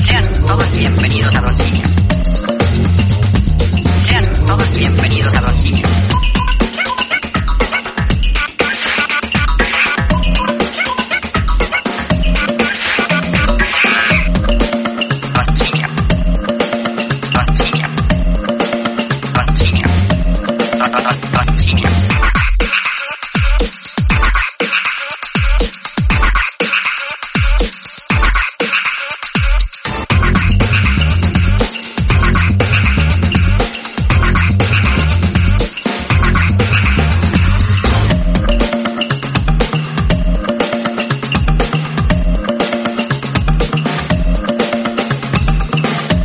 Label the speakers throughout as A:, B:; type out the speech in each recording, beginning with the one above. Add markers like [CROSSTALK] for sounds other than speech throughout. A: Sean todos bienvenidos a Don Simio. Sean todos bienvenidos a Don Simio. Don Simio. Don Simio. Don Simio. Don- don- don- don Simio.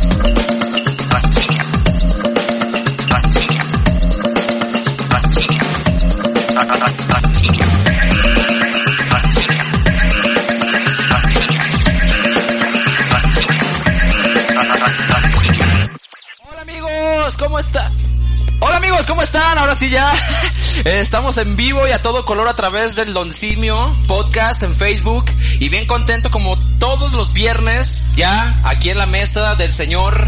A: Don Simio. Don Simio. Don Simio. Don- don- don- don Simio. Don Simio. Don Simio. Don Simio. Don- don- don- don Simio.
B: Hola amigos, ¿cómo está? Hola amigos, ¿cómo están? Ahora sí ya. [LAUGHS] eh, Estamos en vivo y a todo color a través del Don Simio podcast en Facebook y bien contento como todos los viernes ya aquí en la mesa del señor,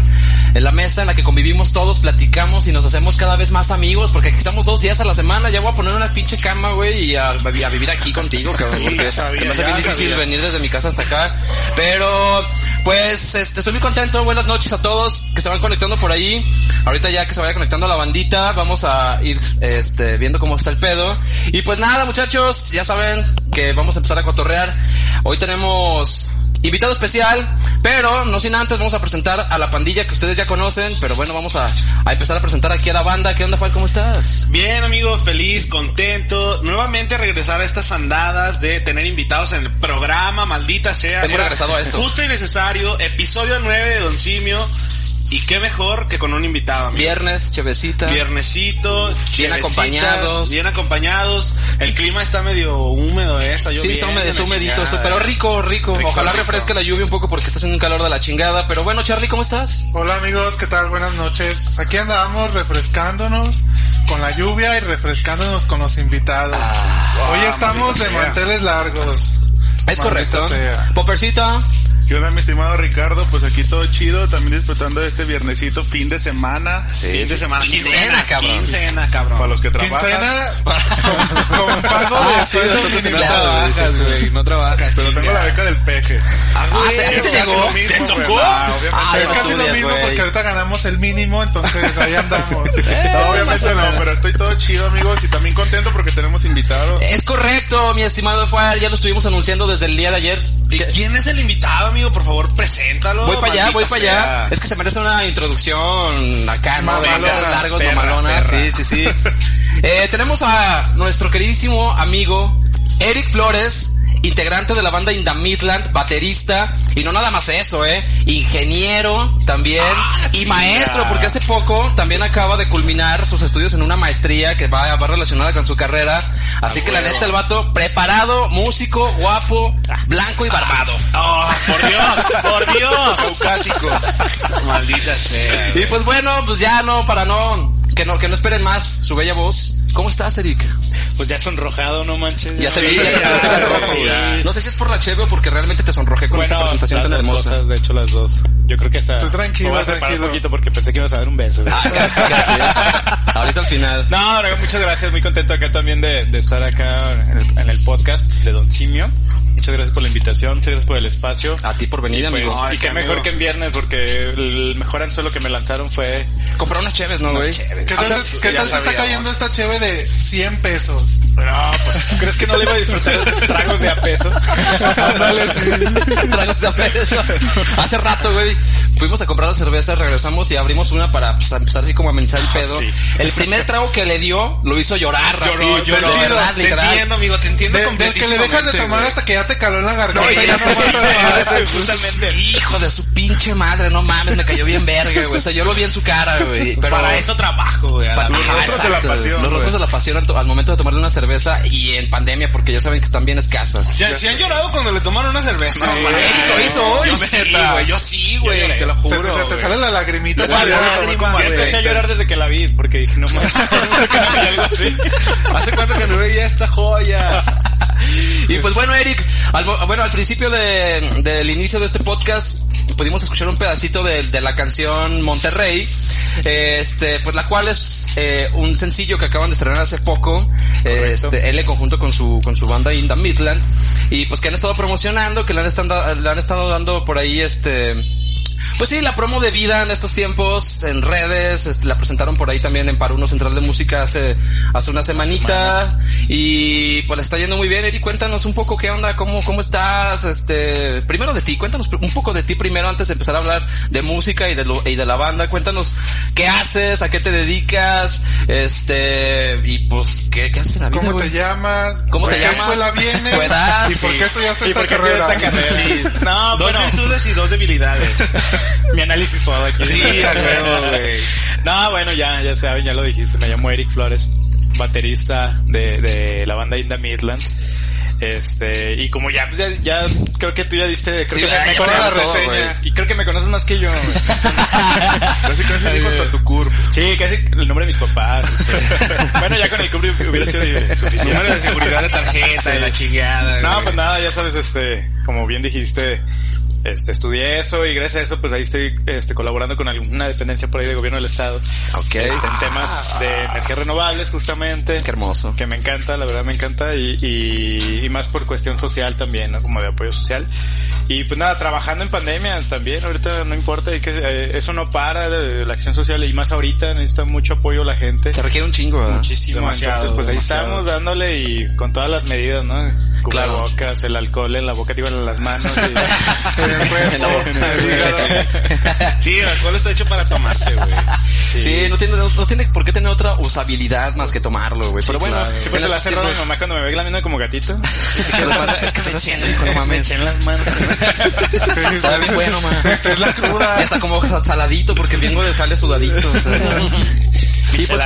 B: en la mesa en la que convivimos todos, platicamos y nos hacemos cada vez más amigos porque aquí estamos dos días a la semana, ya voy a poner una pinche cama güey y a, a vivir aquí contigo cabrón,
C: Sí,
B: porque
C: [LAUGHS] ya sabía,
B: se me hace
C: ya
B: bien difícil
C: sabía.
B: venir desde mi casa hasta acá. Pero, pues, este, estoy muy contento. Buenas noches a todos que se van conectando por ahí. Ahorita ya que se vaya conectando la bandita, vamos a ir, este, viendo cómo está el pedo. Y pues nada, muchachos, ya saben que vamos a empezar a cotorrear. Hoy tenemos invitado especial, pero no sin antes vamos a presentar a la pandilla que ustedes ya conocen. Pero bueno, vamos a, a empezar a presentar aquí a la banda. ¿Qué onda, Juan? ¿Cómo estás?
C: Bien, amigo, feliz, contento. Nuevamente regresar a estas andadas de tener invitados en el programa, maldita sea.
B: Hemos
C: Era
B: regresado a esto.
C: Justo y necesario, episodio 9 de Don Simio. Y qué mejor que con un invitado, amigo.
B: Viernes, chevecita.
C: Viernesito, chevecitas,
B: acompañados.
C: bien acompañados. El clima está medio húmedo, eh, está lloviendo.
B: Sí, está, humed- está
C: la
B: humedito
C: chingada.
B: eso, pero rico, rico.
C: Rico,
B: Ojalá
C: rico.
B: refresque la lluvia un poco porque está haciendo un calor de la chingada. Pero bueno, Charlie, ¿cómo estás?
D: Hola amigos, ¿qué tal? Buenas noches. Pues aquí andamos refrescándonos con la lluvia y refrescándonos con los invitados. Hoy
C: Ah,
D: estamos
C: maldita
D: de
C: sea.
D: manteles largos.
B: Es
D: Maldita
B: correcto.
D: sea.
B: Poppercita,
E: ¿Qué onda, mi estimado Ricardo? Pues aquí todo chido, también disfrutando de este viernesito, fin de semana.
C: Fin de semana,
B: Quincena,
C: quincena,
B: cabrón.
C: Quincena, cabrón.
E: Para los que trabajan. [LAUGHS]
D: Quincena con, con pago de
B: Ah, sí,
D: sueldo
B: nosotros
D: mínimo.
B: sí, claro.
C: güey, no trabajas.
E: Pero tengo la beca del peje.
C: Ah, güey,
B: ¿te- a ti te
C: casi
B: llegó?
C: lo mismo,
E: ¿Te
C: güey.
E: tocó?
C: Ah, obviamente.
B: Ah,
D: es
B: no
D: casi lo
B: estudias,
D: mismo
B: güey. Eh,
D: porque ahorita ganamos el mínimo, entonces
B: [LAUGHS]
D: ahí andamos.
E: No, obviamente no, pero estoy todo chido, amigos, y también contento porque tenemos invitados.
B: Es correcto, mi estimado Fuar, ya lo estuvimos anunciando desde el día de ayer. Que-
C: ¿Quién es el invitado, amigo? Por favor, preséntalo.
B: Voy para allá, voy para
C: maldita
B: allá. [LAUGHS]
C: sea.
B: Es que se merece una introducción acá, ¿no? De
C: Mamalona,
B: manteles largos,
C: perra,
B: mamalona.
C: perra.
B: Sí, sí,
C: [LAUGHS]
B: sí. Eh, tenemos a nuestro queridísimo amigo Eric Flores, integrante de la banda Inda Midland, baterista, y no nada más eso, eh, ingeniero también,
C: Ah,
B: y maestro, porque hace poco también acaba de culminar sus estudios en una maestría que va, va relacionada con su carrera. Así que la
C: huevo.
B: neta, el vato preparado, músico, guapo, blanco y barbado.
C: Oh, por Dios, por Dios.
E: Caucásico.
C: Maldita sea.
B: Y pues bueno, pues ya no, para no, que no, que no esperen más su bella voz. ¿Cómo estás, Eric?
F: Pues ya sonrojado, no manches.
B: Ya se vi,
F: vi,
B: ya te quedaste
C: ya,
B: rojo.
C: sí, ya.
B: No sé si es por la cheve o porque realmente te sonrojé con esta presentación
F: las
B: tan
F: dos
B: hermosa.
F: cosas, de hecho las dos. Yo creo que hasta...
D: Tú tranquilo,
F: me voy a separar
D: tranquilo.
F: un poquito porque pensé que ibas a dar un beso.
B: Ah, casi, casi. ¿eh? Ahorita al final.
F: No, Drago, muchas gracias. Muy contento acá también de, de estar acá en el, en el podcast de Don Simio. Muchas gracias por la invitación, muchas gracias por el espacio.
B: A ti por venir,
F: y pues,
B: amigo.
F: y qué mejor que en viernes porque el mejor anzuelo que me lanzaron fue... Ah,
B: Comprar unas cheves, ¿no, güey? [LAUGHS]
D: ¿Qué tal,
F: Hablas-
D: te- qué
C: Ah, ya
D: tal te está
C: sabíamos.
D: cayendo esta cheve de 100 pesos?
F: No, pues, ¿crees que no le iba a disfrutar de tragos de a peso?
B: [LAUGHS] Tragos de apeso. Hace rato, güey, fuimos a comprar las cervezas, regresamos y abrimos una para pues, empezar así como a amenizar
F: Ah,
B: el pedo.
C: sí.
B: El primer trago que le dio lo hizo llorar, así,
C: Lloró,
B: pero
C: lloró.
B: de verdad,
C: Te
B: literal.
C: entiendo, amigo, te entiendo
D: De- del que le
C: completísimamente,
D: dejas de tomar
C: güey.
D: hasta que ya te caló en la garganta.
C: No, y
D: y ya
C: ya no
D: no
C: se
D: aguantas
C: puede,
D: más.
C: ya se- Justamente.
B: [LAUGHS] Hijo de su pinche madre, no mames, me cayó bien verga, güey. O sea, yo lo vi en su cara, güey. Pero
C: Para esto trabajo, güey. a la
B: Pa-
C: verga.
B: Ajá,
E: rostros de la
B: exacto,
E: pasión,
B: Los
E: güey.
B: rostros de la pasión al, to- al momento de tomarle una cerveza y en pandemia, porque ya saben que están bien escasas.
C: Si, han- si han llorado cuando le tomaron una cerveza.
E: No,
C: güey.
E: Eric
B: lo hizo hoy,
C: Yo sí,
B: neta.
C: güey. Yo sí,
F: Yo
C: güey.
F: lloré.
C: Te lo
D: Se
C: juro.
D: te, se te
C: güey.
D: sale la lagrimita.
F: Yo
D: cuando ya lo
C: lágrima,
D: tomas
F: yo
D: con-
F: empecé a llorar desde que la vi, porque dije,
C: [LAUGHS]
F: no mames. Algo así.
C: ¿Hace cuánto que no veía esta joya?
B: [LAUGHS] Y pues bueno, Eric, al, mo- bueno, al principio de- del inicio de este podcast pudimos escuchar un pedacito de, de la canción Monterrey, este, pues la cual es eh, un sencillo que acaban de estrenar hace poco, este, él en conjunto con su, con su banda Inda Midland, y pues que han estado promocionando, que le han, estando- le han estado dando por ahí este... Pues sí, la promo de vida en estos tiempos, en redes, este, la presentaron por ahí también en Paruno Central de Música hace, hace una semanita. Y pues le está yendo muy bien, Eri. Cuéntanos un poco qué onda, cómo, cómo estás, este, primero de ti, cuéntanos un poco de ti primero antes de empezar a hablar de música y de lo, y de la banda. Cuéntanos qué haces, a qué te dedicas, este, y pues qué, qué haces en la vida.
D: ¿Cómo
B: güey?
D: te llamas?
B: ¿Cómo
D: ¿De
B: te
D: qué
B: llamas?
D: escuela vienes?
B: ¿Tu edad?
D: ¿Y por
B: ah, Sí.
D: qué estudiaste
F: ¿Y
D: esta
F: por qué
D: carrera?
F: carrera? esta carrera? No,
C: Dos
F: bueno.
C: virtudes y dos [LAUGHS] debilidades.
F: Mi análisis todo aquí.
C: Sí,
F: [LAUGHS]
C: a huevo, güey.
F: No, bueno, ya, ya saben, ya lo dijiste. Me llamo Eric Flores, baterista de, de la banda Inda Midland. Este, y como ya, ya, ya creo que tú ya diste, creo
B: Sí,
F: que me,
B: ya,
F: me
B: ya
F: conoces,
D: toda la
F: todo,
D: reseña.
F: güey. y creo que me conoces más que yo. güey.
E: Casi casi digo hasta tu curva.
F: Sí, casi el nombre de mis papás. [LAUGHS] este. bueno, ya con el club hubiera sido suficiente.
C: Número de seguridad de tarjeta, de la chingada.
F: No,
C: güey.
F: pues nada, ya sabes, este, como bien dijiste, este, estudié eso y gracias a eso, pues ahí estoy, este, colaborando con alguna dependencia por ahí de gobierno del estado.
B: Ok.
F: Este, en temas de energías renovables, justamente.
B: Qué hermoso.
F: Que me encanta, la verdad me encanta y, y, y más por cuestión social también, ¿no? Como de apoyo social. Y pues nada, trabajando en pandemia también, ahorita no importa, hay que, eh, eso no para, eh, la acción social y más ahorita necesita mucho apoyo la gente.
B: Te requiere un chingo, ¿verdad?
F: Muchísimo,
C: Demasiado,
F: entonces pues ahí
C: demasiado.
F: estamos dándole y con todas las medidas, ¿no?
B: Claro.
F: Cubrebocas, bocas, el alcohol en la boca, digo en las manos. y-
D: En el cuerpo,
B: En la boca.
D: en
F: [LAUGHS]
D: el hígado.
C: Sí, el alcohol está hecho para tomarse, güey.
B: Sí, no, tiene, no, no tiene por qué tener otra usabilidad más que tomarlo, güey. Pero bueno,
F: Siempre
B: en
F: pues, se la
B: estos
F: hace raro a mi
B: tiempos-
F: mamá cuando me ve glamiendo como gatito.
B: es que estás haciendo, hijo, no
F: Me
B: mames.
F: eché en las manos.
B: Sabe bien bueno, man.
D: Esta es la cruda.
B: Ya está como sa- saladito porque vengo de jale sudadito. o sea. Y pues,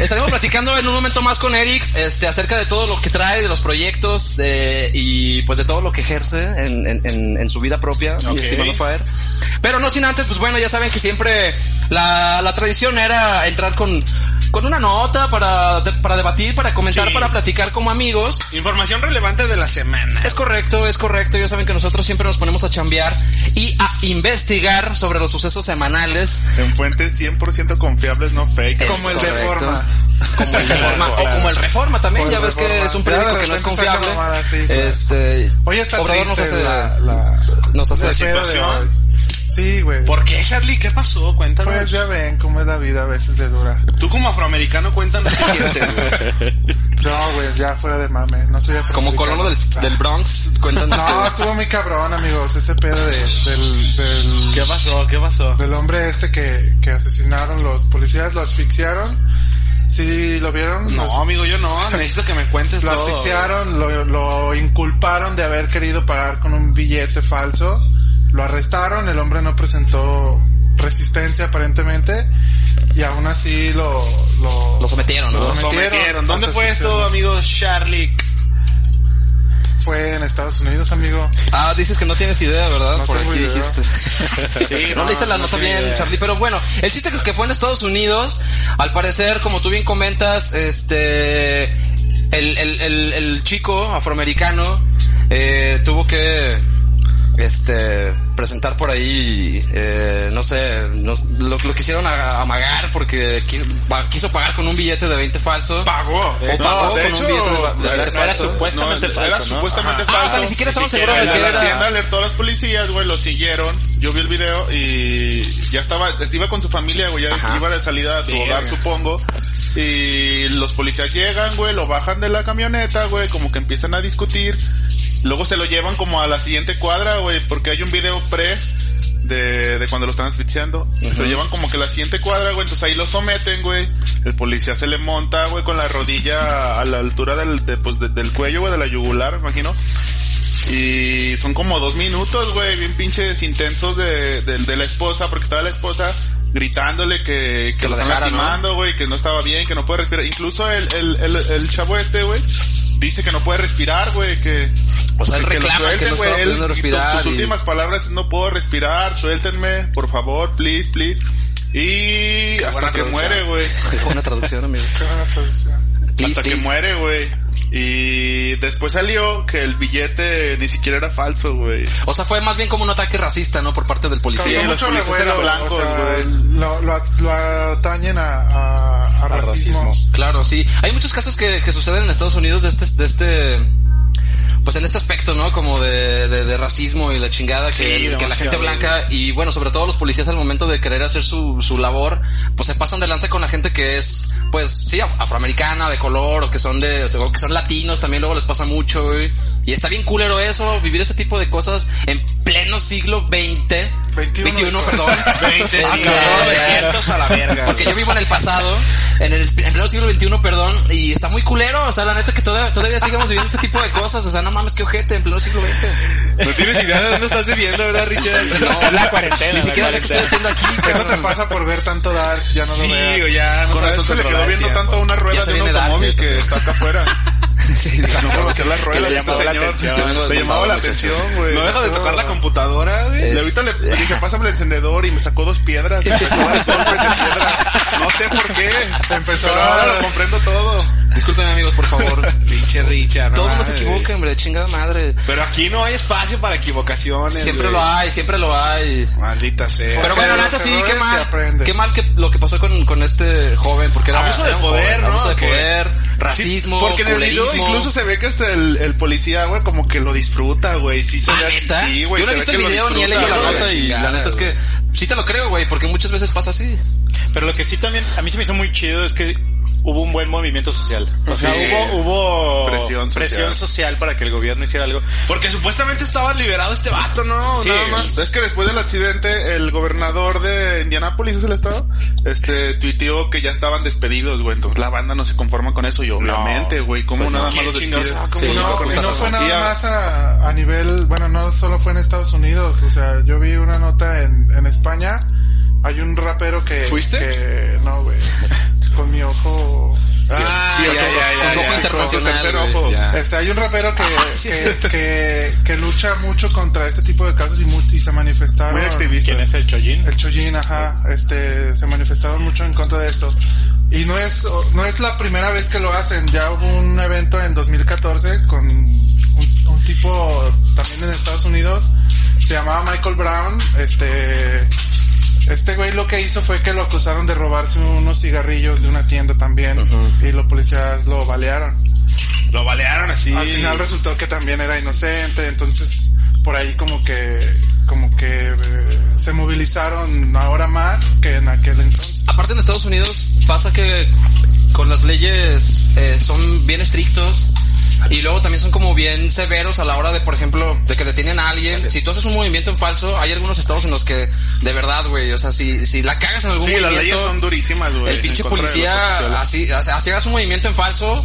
B: estaremos platicando en un momento más con Eric este, acerca de todo lo que trae, de los proyectos de- y pues de todo lo que ejerce en, en- en- en su vida propia, mi
C: Ok.
B: estimado Faer. Pero no sin antes, pues bueno, ya saben que siempre la, la tradición era entrar con, con una nota para, de- para debatir, para comentar,
C: Sí.
B: para platicar como amigos.
C: Información relevante de la semana.
B: Es correcto, es correcto. Ya saben que nosotros siempre nos ponemos a chambear y a investigar sobre los sucesos semanales.
E: En fuentes 100% confiables, no fake.
D: Como el de
B: correcto.
D: forma.
B: Como
D: [LAUGHS]
B: el Reforma, o como el Reforma también,
D: Como
B: ya
D: el
B: ves que
D: Reforma.
B: es un
D: Ya de
B: periódico que no es
D: repente saca
B: confiable.
D: mamadas, sí, claro.
B: Este,
D: Oye, está
B: Obrador nos
D: triste
B: hace,
D: la, la,
B: nos hace
D: la
B: decir-
D: pedo de
C: situación.
D: hoy. Sí, güey.
C: ¿Por qué, Charlie? ¿Qué pasó? Cuéntanos.
D: Pues ya ven cómo es la vida, a veces le dura.
C: Tú como afroamericano, cuéntanos qué sientes, güey.
D: No, güey, ya fuera de mame. No soy
B: como
D: afroamericano.
B: colono del,
D: Ah.
B: del Bronx, cuéntanos.
D: [LAUGHS] No, estuvo muy cabrón, amigos. Ese pedo de- del, del,
C: ¿Qué pasó? ¿Qué pasó?
D: del hombre este que, que asesinaron los policías, lo asfixiaron. Sí, lo vieron.
C: No,
D: Lo-
C: amigo, yo no. Necesito que me cuentes
D: lo
C: todo.
D: asfixiaron, lo, lo inculparon de haber querido pagar con un billete falso. Lo arrestaron, el hombre no presentó resistencia aparentemente. Y aún así lo... Lo,
B: Lo sometieron, ¿no?
D: lo
C: Nos sometieron. ¿Dónde
D: Las
C: fue esto,
D: asfixiaron.
C: amigo Charlie?
D: Fue en Estados Unidos, amigo.
B: Ah, dices que no tienes idea, ¿verdad?
D: No
B: Por
D: tengo
B: aquí
D: idea.
B: dijiste.
C: Sí,
B: no,
C: no,
B: leíste la
C: no
B: nota
C: tengo
B: bien,
C: idea.
B: Charlie. Pero bueno, el chiste que- que fue en Estados Unidos, al parecer, como tú bien comentas, este. El, el, el, el chico afroamericano eh, tuvo que. Este. Presentar por ahí. eh, no sé. no- lo, lo quisieron a- amagar porque quiso, pa- quiso pagar con un billete de 20 falso.
C: Pagó.
B: o pagó
E: de
B: con un billete de, ba- de 20
F: era
B: falso.
F: supuestamente falso,
E: Era
F: ¿no?
E: supuestamente
B: Ajá. Ah,
E: falso.
B: o sea, ni siquiera estamos
E: siquiera
B: seguros de
E: era
B: que
E: la
B: era-
E: tienda alertó a los policías, güey, lo siguieron. Yo vi el video y ya estaba, iba con su familia, güey, ya iba de salida a su hogar, supongo. Y los policías llegan, güey, lo bajan de la camioneta, güey, como que empiezan a discutir. Luego se lo llevan como a la siguiente cuadra, güey, porque hay un video pre de, de cuando lo están asfixiando. Se lo llevan como que a la siguiente cuadra, güey, entonces ahí lo someten, güey. El policía se le monta, güey, con la rodilla a la altura del, de, pues, de- del cuello, güey, de la yugular, me imagino. Y son como dos minutos, güey, bien pinches intensos de, de, de la esposa, porque estaba la esposa gritándole que, que,
B: Que
E: lo
B: lo
E: están
B: dejara, ¿no?
E: lastimando, güey, que no estaba bien, que no puede respirar. Incluso el, el, el, el chavo este, güey, dice que no puede respirar, güey, que...
B: O sea, él reclama que no estaba
E: Él-
B: pudiendo respirar
E: Sus
B: y-
E: últimas palabras es no puedo respirar, suéltenme, por favor, please, please. Y hasta
B: buena
E: que
B: traducción.
E: muere, güey.
B: Qué buena traducción, amigo.
D: Qué buena traducción.
B: Please,
E: Hasta que
B: please.
E: muere, güey. Y después salió que el billete ni siquiera era falso, güey.
B: O sea, fue más bien como un ataque racista, ¿no? Por parte del
D: Causó
B: policía.
E: Sí, los
D: mucho
E: policías eran
D: revuelo.
E: blancos,
D: o sea,
E: güey.
D: lo, lo, lo atañen a, a, a racismo.
F: racismo.
B: Claro, sí. Hay muchos casos que, que suceden en Estados Unidos de este, de este, pues en este aspecto, ¿no? Como de, de- de racismo y la chingada que,
C: Sí,
B: el- que la gente
C: demasiado.
B: blanca y bueno, sobre todo los policías al momento de querer hacer su, su labor, pues se pasan de lanza con la gente que es, pues sí, af- afroamericana, de color, o que son de, o que son latinos, también luego les pasa mucho, güey. Y está bien culero eso, vivir ese tipo de cosas en pleno siglo XX.
D: 21.
B: 21, perdón.
C: 20,
B: Ah,
C: sí,
B: cabrón,
C: 900 a la verga.
B: porque yo vivo en el pasado, en el en pleno siglo XXI, perdón, y está muy culero. O sea, la neta que todavía, todavía sigamos viviendo este tipo de cosas. O sea, no mames, qué ojete en pleno siglo XX.
E: No tienes idea de dónde estás viviendo, ¿verdad, Richard?
B: [LAUGHS] No,
F: la cuarentena,
B: Ni
F: la
B: siquiera sé qué estoy haciendo aquí.
D: Eso te
B: cabrón.
D: pasa por ver tanto Dark, ya no lo
C: Sí,
D: veas.
C: o ya, no
E: Con
C: sabes
E: razón se le
C: controlar
E: quedó
C: el
E: viendo
C: tiempo.
E: tanto a una
B: Ya
E: rueda
B: se
E: de un
B: viene dark,
E: automóvil
B: ya.
E: que está
B: [LAUGHS]
E: acá afuera.
B: Sí,
E: No
B: claro.
E: conocía las ruedas
B: Que
E: de
B: le
E: este
B: llamaba la atención. Yo vengo del
E: señor. Le llamaba
B: pasado,
E: la
B: muchachos.
E: atención, pues, güey.
C: No deja de tocar la computadora, güey.
E: Y ahorita le dije, pásame el encendedor y me sacó dos piedras. y empezó a dar golpes de piedra. No sé por qué.
D: Empezó
E: Pero
D: a-
E: ahora lo comprendo todo.
B: Discúlpenme, amigos, por
E: [LAUGHS]
B: favor.
C: Pinche Richard. no
B: Todo el mundo se
C: mames.
B: equivoca, hombre, de chingada madre.
C: Pero aquí no hay espacio para equivocaciones.
B: Siempre
C: güey.
B: lo hay, siempre lo hay.
C: Maldita sea.
B: Pero
D: Porque
B: bueno,
D: de
B: la
D: los
B: neta sí,
D: errores
B: qué
D: se
B: mal.
D: aprende.
B: Qué mal que lo que pasó con, con este joven, porque era
C: Abuso de
B: era un
C: poder,
B: joven,
C: ¿no?
B: Abuso de
C: Que-
B: poder,
E: Sí,
B: racismo,
E: Porque en el video
B: culerismo.
E: incluso se ve que hasta el, el policía, güey, como que lo disfruta, güey. Sí, se
B: Ah,
E: ve así.
B: ¿neta?
E: Sí, güey.
B: Yo no he
E: se ve
B: visto el
E: que lo
B: video ni he
E: disfruta,
B: leído la
E: güey.
B: nota y la
F: chingada,
B: neta es que sí te lo creo, güey, porque muchas veces pasa así.
F: Pero lo que sí también, a mí se me hizo muy chido es que hubo un buen movimiento social. O sea,
E: Sí.
F: hubo, hubo
E: Presión social.
F: presión social para que el gobierno hiciera algo.
C: Porque supuestamente estaba liberado este vato, ¿no?
F: Sí,
C: Nada más.
E: Es que después del accidente, el gobernador de Indianápolis, ¿es el estado? Este, tuiteó que ya estaban despedidos, güey. Entonces la banda no se conforma con eso y obviamente, güey, ¿cómo
C: Pues no,
E: nada más
C: ¿quién
E: los
C: chingados
E: despiden?
C: se va a
B: Sí,
D: Y no,
B: con
D: y
B: esa
D: no fue
E: razón.
D: nada más a, a nivel, bueno, no solo fue en Estados Unidos, o sea, yo vi una nota en, en España, hay un rapero que...
B: ¿Fuiste?
D: que- no, güey, con mi ojo...
C: Ah,
E: Y otro-
C: ya, ya, ya,
E: otro
C: ya.
B: ojo internacional,
E: tercer
B: güey,
E: ojo.
B: ya.
D: Este, hay un rapero que,
B: Ah, sí, es
D: que,
B: cierto.
D: que, que lucha mucho contra este tipo de casos y, mu- y se manifestaron.
E: Muy activista.
F: Ah, ¿Quién es el Chollín?
D: El Choyin, ajá, este, se manifestaron mucho en contra de esto. Y no es, no es la primera vez que lo hacen. Ya hubo un evento en 2014 con un, un tipo también en Estados Unidos. Se llamaba Michael Brown. Este, este güey lo que hizo fue que lo acusaron de robarse unos cigarrillos de una tienda también. Y los policías lo balearon.
C: Lo balearon así.
D: Al final resultó que también era inocente, entonces por ahí como que como que eh, se movilizaron ahora más que en aquel entonces.
B: Aparte en Estados Unidos pasa que con las leyes eh, son bien estrictos y luego también son como bien severos a la hora de, por ejemplo, de que detienen a alguien. Si tú haces un movimiento en falso, hay algunos estados en los que de verdad, güey, o sea, si, si la cagas en algún
E: Sí, las
B: movimiento,
E: leyes son durísimas, güey.
B: el
E: en
B: pinche
E: contra de los
B: policía
E: oficiales.
B: así, así, así hagas un movimiento en falso,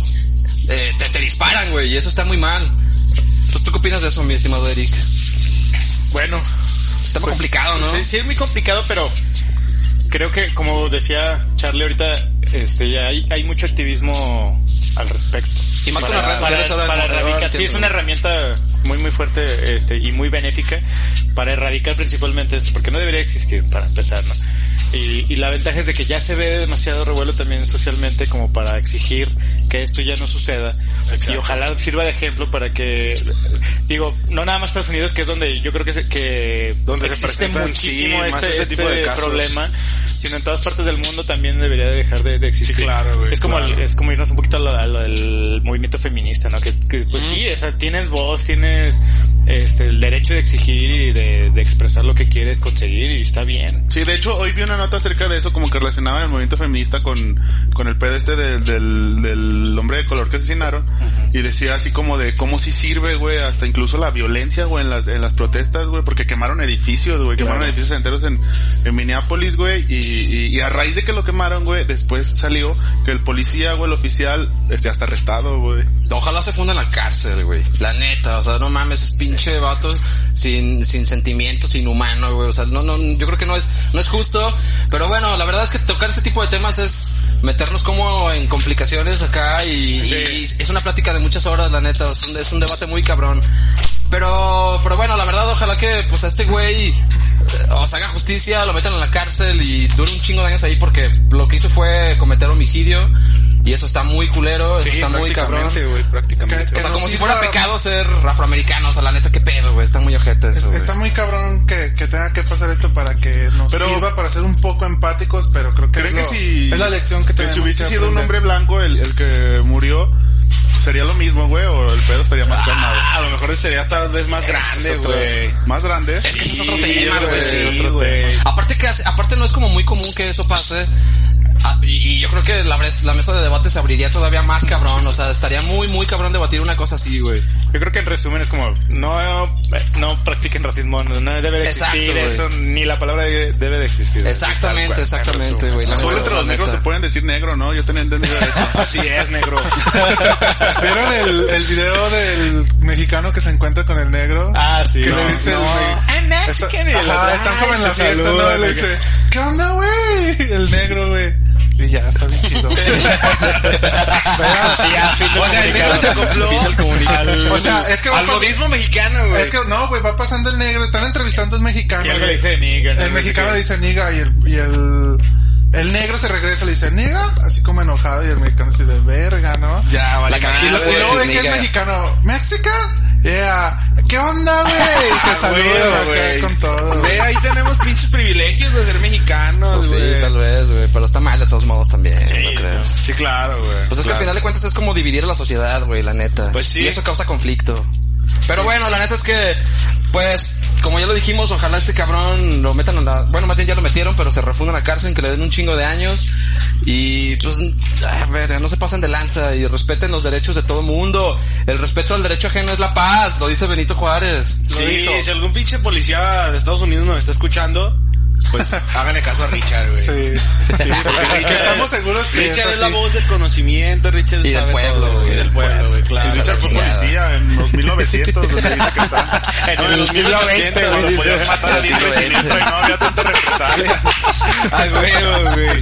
B: eh, te, te disparan, güey, y eso está muy mal. Entonces, ¿tú qué opinas de eso, mi estimado Eric?
F: Bueno,
B: Está
E: Pues,
B: muy complicado, ¿no?
F: Sí, sí es muy complicado, pero creo que como decía Charlie ahorita, este, ya hay, hay mucho activismo al respecto.
B: Y más con las redes
F: para,
B: sociales ahora
F: para
B: de moda,
F: erradicar, sí es
B: entiendo.
F: una herramienta muy muy fuerte este, y muy benéfica para erradicar principalmente eso, porque no debería existir para empezar, ¿no? Y, y la ventaja es de que ya se ve demasiado revuelo también socialmente como para exigir que esto ya no suceda y ojalá sirva de ejemplo para que digo no nada más Estados Unidos que es donde yo creo que, se- que
E: Donde se
F: existe
E: presentan, sí,
F: muchísimo
E: más
F: este,
E: este tipo
F: este
E: de casos.
F: problema, sino en todas partes del mundo también debería de dejar de, de existir.
E: Sí, claro, güey,
F: es como
E: claro.
F: el- es como irnos un poquito a lo- a lo del movimiento feminista, ¿no? Que, que, pues sí, o sea, tienes voz, tienes este, el derecho de exigir y de, de expresar lo que quieres conseguir y está bien.
E: Sí, de hecho, hoy vi una nota acerca de eso, como que relacionaban el movimiento feminista con, con el pedo este del, del, del hombre de color que asesinaron. Y decía así como de cómo sí sirve, güey, hasta incluso la violencia, güey, en las, en las protestas, güey, porque quemaron edificios, güey, quemaron edificios enteros en, en Minneapolis, güey, y, y, y a raíz de que lo quemaron, güey, después salió que el policía, güey, el oficial, este, hasta arrestado, güey.
B: Ojalá se funda en la cárcel, güey. La neta, o sea, no mames, es pinche vato sin, sin sentimientos, inhumano, güey. O sea, no, no, yo creo que no es, no es justo. Pero bueno, la verdad es que tocar este tipo de temas es meternos como en complicaciones acá y, y es una plática de muchas horas, la neta. Es un, es un debate muy cabrón. Pero, pero bueno, la verdad, ojalá que pues a este güey eh, o se haga justicia, lo metan en la cárcel y dure un chingo de años ahí porque lo que hizo fue cometer homicidio. Y eso está muy culero, eso está muy cabrón.
F: prácticamente, güey, prácticamente.
D: Que-
B: O sea,
D: nos
B: como si
D: hizo-
B: fuera pecado ser afroamericano, o sea, la neta, qué pedo, güey. Está muy ojete eso, güey.
D: Está muy cabrón que, que tenga que pasar esto para que nos
E: Pero-
D: sirva para ser un poco empáticos, pero creo que,
E: Creo
D: es,
E: que
D: lo-
E: si,
D: es la lección que
E: que
D: tenemos
E: si hubiese
D: que
E: sido un
D: [LAUGHS]
E: hombre
D: aprender.
E: blanco el, el que murió, sería lo mismo, güey, o el pedo estaría más calmado.
C: Ah, a lo mejor sería tal vez más grande,
B: otro-
C: güey.
E: Más grande.
B: Es que ese es otro
C: Sí,
B: tema, güey.
C: güey,
B: otro
C: güey.
B: tema. Aparte, que, hace- aparte no es como muy común que eso pase. Ah, Y, y yo creo que la, res- la mesa de debate se abriría todavía más cabrón. O sea, estaría muy, muy cabrón debatir una cosa así, güey.
F: Yo creo que en resumen es como, no, eh, no practiquen racismo, no, no debe de
B: Exacto,
F: existir
B: güey.
F: eso, ni la palabra de- debe de existir. Tal
B: Exactamente,
F: cual, en
B: exactamente,
F: resumen.
B: güey. la
E: Solo
B: neta,
E: entre los
B: la
E: negros se
B: neta.
E: pueden decir negro, ¿no? Yo tenía entendido
C: [LAUGHS]
E: eso.
C: [LAUGHS] Así es, negro.
D: ¿Vieron el, el video del mexicano que se encuentra con el negro?
F: Ah, sí.
D: que
F: no. Ah,
D: le dice el güey- Está- Ajá, están como en la
F: se
D: fiesta,
F: saludan,
D: ¿no? Le
F: de que-
D: dice, ¿qué onda, güey? [LAUGHS] El negro, güey. Y ya, está bien chido.
F: Ya, fin del
C: O sea, el negro se
F: comunicado.
C: acopló
B: Fin del comunicado.
C: al,
D: O sea, es que va
C: al
D: pas-
C: modismo mexicano, güey.
D: es que, no, güey, va pasando el negro, están entrevistando a un mexicano.
F: Y algo
D: güey.
F: le dice nigga. ¿no?
D: El mexicano
F: No
D: le
F: sé
D: dice niga y el, y el, el negro se regresa y le dice niga, así como enojado y el mexicano así de verga, ¿no?
B: Ya, vale.
C: La
D: Y,
B: madre,
D: lo- y
B: güey,
D: luego ve que es
B: nigga.
D: mexicano, ¿Mexican? Yeah, ¿qué onda, güey? Y se
C: Güey,
D: saluda acá
C: güey.
D: con todo. güey.
C: Ve, ahí tenemos pinches privilegios de ser mexicanos,
B: Pues sí,
C: güey.
B: tal vez, güey. Pero está mal de todos modos también, no creo.
C: Sí, claro, güey.
B: Pues es que al
C: Claro.
B: final de cuentas es como dividir a la sociedad, güey, la neta.
C: Pues sí.
B: Y eso causa conflicto. Pero bueno, la neta es que, pues, como ya lo dijimos, ojalá este cabrón lo metan a la... Bueno, más bien ya lo metieron, pero se refundan a la cárcel, que le den un chingo de años. Y, pues, a ver, no se pasen de lanza y respeten los derechos de todo mundo. El respeto al derecho ajeno es la paz, lo dice Benito Juárez. Lo
C: Sí,
B: dijo.
C: si algún pinche policía de Estados Unidos nos está escuchando, pues háganle caso a Richard, güey.
D: Sí.
C: Porque Richard
D: Estamos
C: es-
D: seguros que
C: Richard
D: es
C: es la
D: así.
C: voz del conocimiento, Richard
B: Y del
C: sabe
B: pueblo,
C: todo,
B: güey.
C: Y del pueblo, güey,
E: Y
C: claro.
E: Richard fue
B: chingada.
E: policía en los 1900, donde dice
C: [LAUGHS]
E: que está.
C: No,
F: En el siglo XX,
E: Cuando
F: güey.
E: podían matar a 10 vecinos y no había tanta
C: [LAUGHS]
E: represalia.
C: Ay, güey, güey.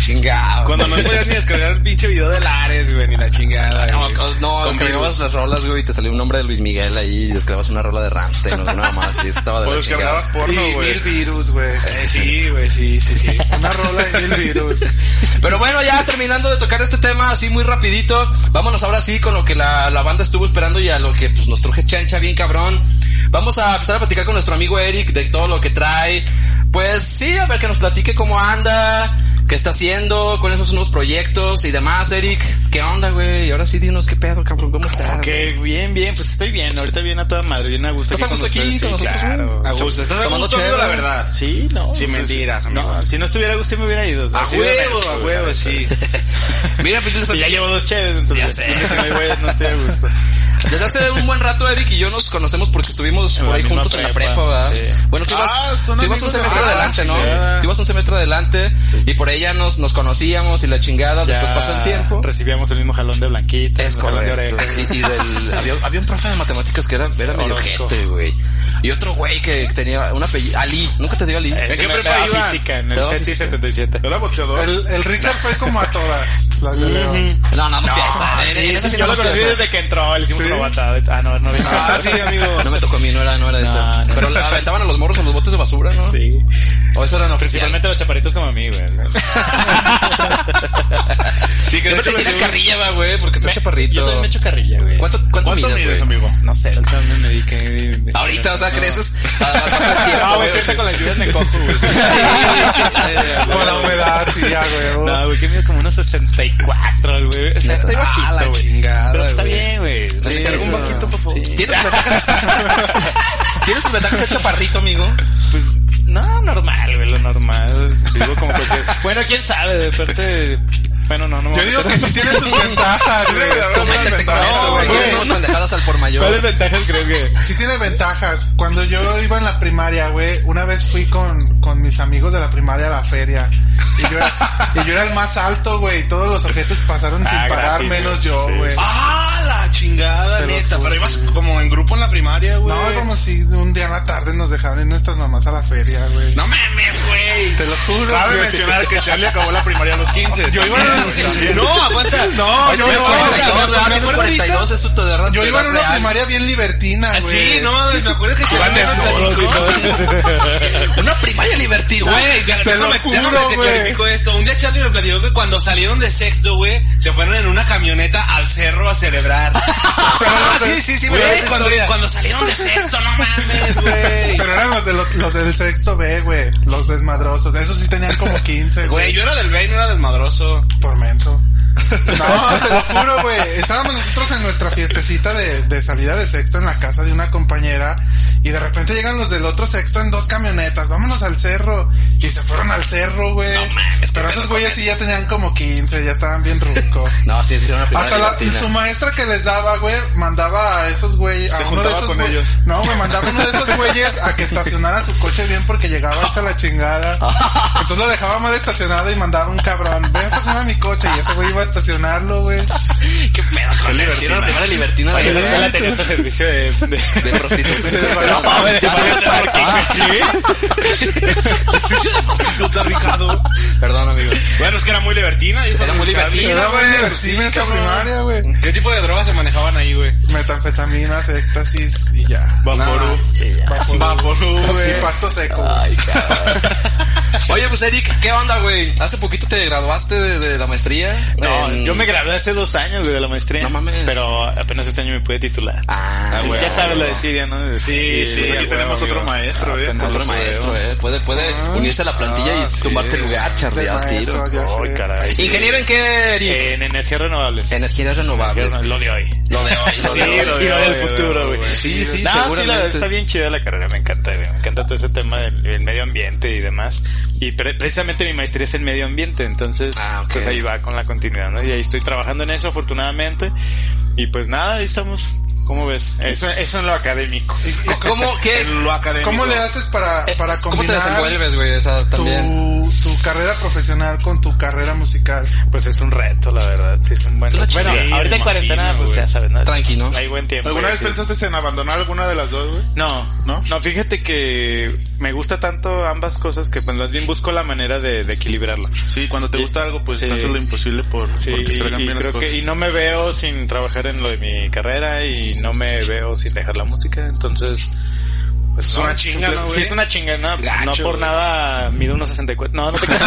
B: Chingado.
C: Cuando no podías ni descargar el pinche video de Lares, güey, ni la chingada.
B: [LAUGHS] No,
C: güey.
B: o- no descargabas las rolas, güey, y te salió un nombre de Luis Miguel ahí, y descargabas una rola de Ramstein o alguna más, y eso estaba de
E: O
B: la
C: Pues
B: chingada.
E: descargabas porno,
D: Y
E: güey.
D: mil virus, güey.
C: Eh, sí, güey, sí, sí, sí.
D: Una rola y mil virus.
B: Pero bueno, ya terminando de tocar este tema así muy rapidito, vámonos ahora sí con lo que la, la banda estuvo esperando y a lo que pues, nos truje chancha bien cabrón. Vamos a empezar a platicar con nuestro amigo Eric de todo lo que trae. Pues sí, a ver que nos platique cómo anda, qué está haciendo, cuáles son sus nuevos proyectos y demás, Eric. ¿Qué onda, güey? Y ahora sí dinos qué pedo, cabrón, ¿cómo estás?
F: Ok, bien, bien, pues estoy bien, ahorita bien a toda madre, bien a gusto.
B: ¿Estás a gusto aquí
F: ustedes,
B: con
F: sí,
B: nosotros,
F: claro.
C: A gusto. ¿Estás a
B: Tomando
C: gusto, amigo,
B: chela.
C: la verdad?
F: Sí, no.
C: Sin
F: pues,
C: mentiras, amigo.
F: No, si no estuviera a gusto sí me hubiera ido.
C: A
F: Así de
C: huevo,
F: honesto,
C: a
F: güey.
C: huevo, sí.
B: Mira, pues les
F: Y [LAUGHS] ya
B: platico.
F: llevo dos chéves, entonces.
B: Ya sé.
F: sí, me voy, no estoy a gusto.
B: Desde hace un buen rato Eric y yo nos conocemos porque estuvimos
F: En
B: por
F: la
B: ahí
F: misma
B: juntos en la
F: prepa,
B: prepa, ¿verdad?
F: sí.
B: Bueno, tú ibas, tú
E: Ah, son
B: ibas un
E: amigos de-
B: semestre
E: ah,
B: adelante, ¿no?
F: sí.
B: Tú ibas un semestre adelante y por ella nos, nos conocíamos y la chingada, [LAUGHS] después pasó el tiempo.
F: Recibíamos el mismo jalón de blanquita.
B: Es
F: el jalón de
B: correcto.
F: orejas.
B: Y, y del, había, había un profe de matemáticas que era, era medio
F: Orozco.
B: gente, güey. Y otro güey que tenía un apellido, Ali, nunca te dio Ali.
F: Eh,
C: ¿En
F: sí,
C: qué
F: me- me
C: prepa
F: daba
C: iban?
F: física, en el
B: Daba
F: CETI
B: física.
F: 77.
E: Era boxeador.
D: El, el Richard fue como a todas. La que leo.
B: No, no, más que esa. En- en esa sí
F: yo
B: no
F: lo
B: más que
F: conocí
B: esa.
F: desde que entró, le hicimos
D: Sí.
F: una batada. Ah, no, no vino.
C: Ah, sí, amigo.
B: No me tocó a mí, no era, no era de
F: No,
B: esa.
F: no.
B: Pero la aventaban a los morros en los botes de basura, ¿no?
F: Sí.
B: O eso era no oficial.
F: Principalmente los chaparitos como a mí, güey.
B: Sí, que Siempre te tiene carrilla, va, güey, porque está
F: Me-
B: chaparrito.
F: Yo también me echo carrilla, güey.
B: ¿Cuánto, cuánto,
E: ¿Cuánto
B: mides,
E: mides,
B: güey?
E: amigo?
F: No sé, yo también me dediqué.
B: Ahorita, o sea,
F: No.
B: creces. a- ah, a pasar tiempo,
F: No,
B: güey.
F: güey, ahorita con la lluvia me cojo,
B: [LAUGHS]
F: güey.
D: Con la humedad, sí, ya, güey.
F: No, güey, que mide como unos 64, güey. O sea, estoy
B: Ah, la
F: bajito, güey.
B: chingada,
F: Pero pues está
B: güey.
F: bien, güey.
B: Sí,
F: Sí,
B: eso.
F: eso. Sí.
B: Tiene sus ventajas. Tiene sus ventajas el chaparrito, amigo.
F: Pues, no, normal, güey, lo normal. Digo, como cualquier- Bueno, quién sabe, de repente... Bueno, no, no me
D: Yo
F: voy a
D: digo
F: meter
D: que sí tiene sus ventajas, güey.
B: Coméntate con eso, güey.
D: güey.
B: Que somos pendejadas al por mayor.
F: ¿Cuáles ventajas crees que...?
D: Sí tiene ventajas. Cuando yo iba en la primaria, güey, una vez fui con, con mis amigos de la primaria a la feria. Y yo, y yo era el más alto, güey. Y todos los objetos pasaron sin
F: Ah,
D: pagar,
F: gratis,
D: menos
F: güey.
D: yo,
F: Sí,
D: güey.
F: sí.
C: Ah, la chingada,
D: Se los
C: neta.
D: juro,
C: Pero ibas
D: sí.
C: como en grupo en la primaria, Ah, güey.
D: No, como si un día en la tarde nos dejaron ir nuestras mamás a la feria, güey.
C: No mames, güey.
D: te lo juro.
E: Cabe
D: güey.
E: mencionar que Charlie acabó la primaria a los 15.
D: Yo iba en-
C: No, aguanta. No,
B: Oye,
C: yo
B: menos 42,
C: no, aguanta.
B: güey.
C: Me
B: Menos
C: acuerdo ahorita-
B: 42 es tu de
D: yo iba en una
B: real.
D: primaria bien
F: Ah,
D: libertina, güey.
C: Sí, no, me acuerdo que se
B: Una primaria libertina.
C: Güey, ya-
D: Te
C: déjame-
D: lo juro,
C: déjame te
D: güey.
C: platico esto. Un día Charlie me platicó que cuando salieron de sexto, güey, se fueron en una camioneta al cerro a celebrar.
D: Ah,
F: sí, sí, sí, me
C: Güey,
F: parece
C: cuando,
F: historia.
C: cuando salieron de sexto, no mames,
D: [LAUGHS]
C: güey.
D: Pero eran los, de los, los del sexto B, güey. Los desmadrosos. Esos sí tenían como 15,
C: Güey, yo era del B y no era desmadroso.
D: Tormento. No, te lo juro, güey. Estábamos nosotros en nuestra fiestecita de, de salida de sexto en la casa de una compañera y de repente llegan los del otro sexto en dos camionetas. Vámonos al cerro. Y se fueron al cerro, güey.
C: No mames,
D: Pero
C: qué
D: esos
C: pedo
D: güeyes sí ya tenían como 15, ya estaban bien rucos.
B: No, sí, sí, una primaria
D: Hasta la,
B: libertina.
D: su maestra que les daba, güey, mandaba a esos güeyes, a
E: Se
D: uno de
E: juntaba
D: esos
E: con
D: güey-
E: ellos.
D: No, güey, mandaba a uno de esos güeyes a que estacionara su coche bien porque llegaba hecha la chingada. Entonces lo dejaba mal estacionado y mandaba un cabrón, ve a estacionar mi coche y ese güey iba a estacionarlo, güey.
B: Qué pedo con la libertina. Una primaria libertina
F: Oye, esa
B: de
F: escuela tenía este servicio de... de...
B: de [LAUGHS] prostitutas.
F: No, mames, de varios parking, güey.
C: Ricardo.
B: Perdón, amigo.
C: Bueno, es que era muy libertina. dijo
B: Era muy
C: Charlie.
B: libertina,
D: Era güey,
C: güey,
D: divertido en
C: sí,
D: esa
C: cabrón.
D: primaria, güey.
C: ¿Qué tipo de drogas se manejaban ahí, güey?
D: Metanfetaminas, éxtasis y ya.
E: Vaporú.
D: Vaporú.
C: Vaporú, güey.
D: Y pasto seco. güey.
B: Oye, pues Eric, ¿qué onda, güey? Hace poquito te graduaste de, de la maestría.
F: No,
B: En-
F: yo me gradué hace dos años güey, de la maestría.
B: No mames.
F: Pero apenas este año me pude titular.
B: Ah, güey.
F: ya sabes la desidia, ¿no?
C: Sí, sí,
F: pues
C: a
E: Aquí
C: huevo,
E: tenemos otro maestro, eh.
B: Ah, Otro maestro, eh. Puede, puede
F: Ah,
B: unirse a la plantilla y tumbarte el lugar,
D: De
B: Charlie, al tiro.
D: maestro, ya
F: Ay,
D: sé.
F: caray.
B: Ingeniero en qué, Eric?
F: Eh, En energías renovables.
B: Energías renovables.
F: Energías renovables, Lo de hoy.
B: Lo de hoy.
F: Sí,
B: de hoy.
F: lo de hoy, del futuro, güey.
B: Sí, sí,
F: No, sí, la verdad
B: seguramente.
F: está bien chida la carrera, me encanta, güey. Me encanta todo ese tema del, del medio ambiente y demás. Y pre- precisamente mi maestría es en medio ambiente, entonces,
B: Ah, ok.
F: pues ahí va con la continuidad, ¿no? Y ahí estoy trabajando en eso, afortunadamente. Y pues nada, ahí estamos. ¿Cómo ves? Eso, eso en lo académico.
B: ¿Cómo, qué,
F: [LAUGHS]
C: En lo académico.
D: ¿Cómo le haces para,
B: eh,
D: para
B: ¿Cómo te
D: combinar
B: desenvuelves, güey? O sea, también.
D: tu, tu carrera profesional con tu carrera musical?
F: Pues es un reto, la verdad. Sí, es un buen
B: Es una
F: reto. Bueno,
B: chingada,
F: ahorita en
C: imagino,
F: cuarentena, pues
C: güey.
F: ya sabes, ¿no?
B: Tranqui, ¿no?
F: Hay buen tiempo.
E: ¿Alguna
F: y
E: vez
F: así.
E: pensaste en abandonar alguna de las dos, güey?
F: No, no, no, fíjate que me gusta tanto ambas cosas que pues más bien busco la manera de, de equilibrarla.
E: Sí, cuando te
F: Sí.
E: gusta algo, pues
F: Sí.
E: haces lo imposible por
F: Sí,
E: porque
F: y,
E: salgan
F: y
E: bien las
F: creo
E: cosas.
F: que, y no me veo sin trabajar en lo de mi carrera y no me veo sin dejar la música, entonces... Pues,
C: una
F: no,
C: chinga, ¿no, güey?
F: Sí, es una chinga, no, no
C: Gacho,
F: por
C: güey.
F: nada mido unos 64. No, no te creas.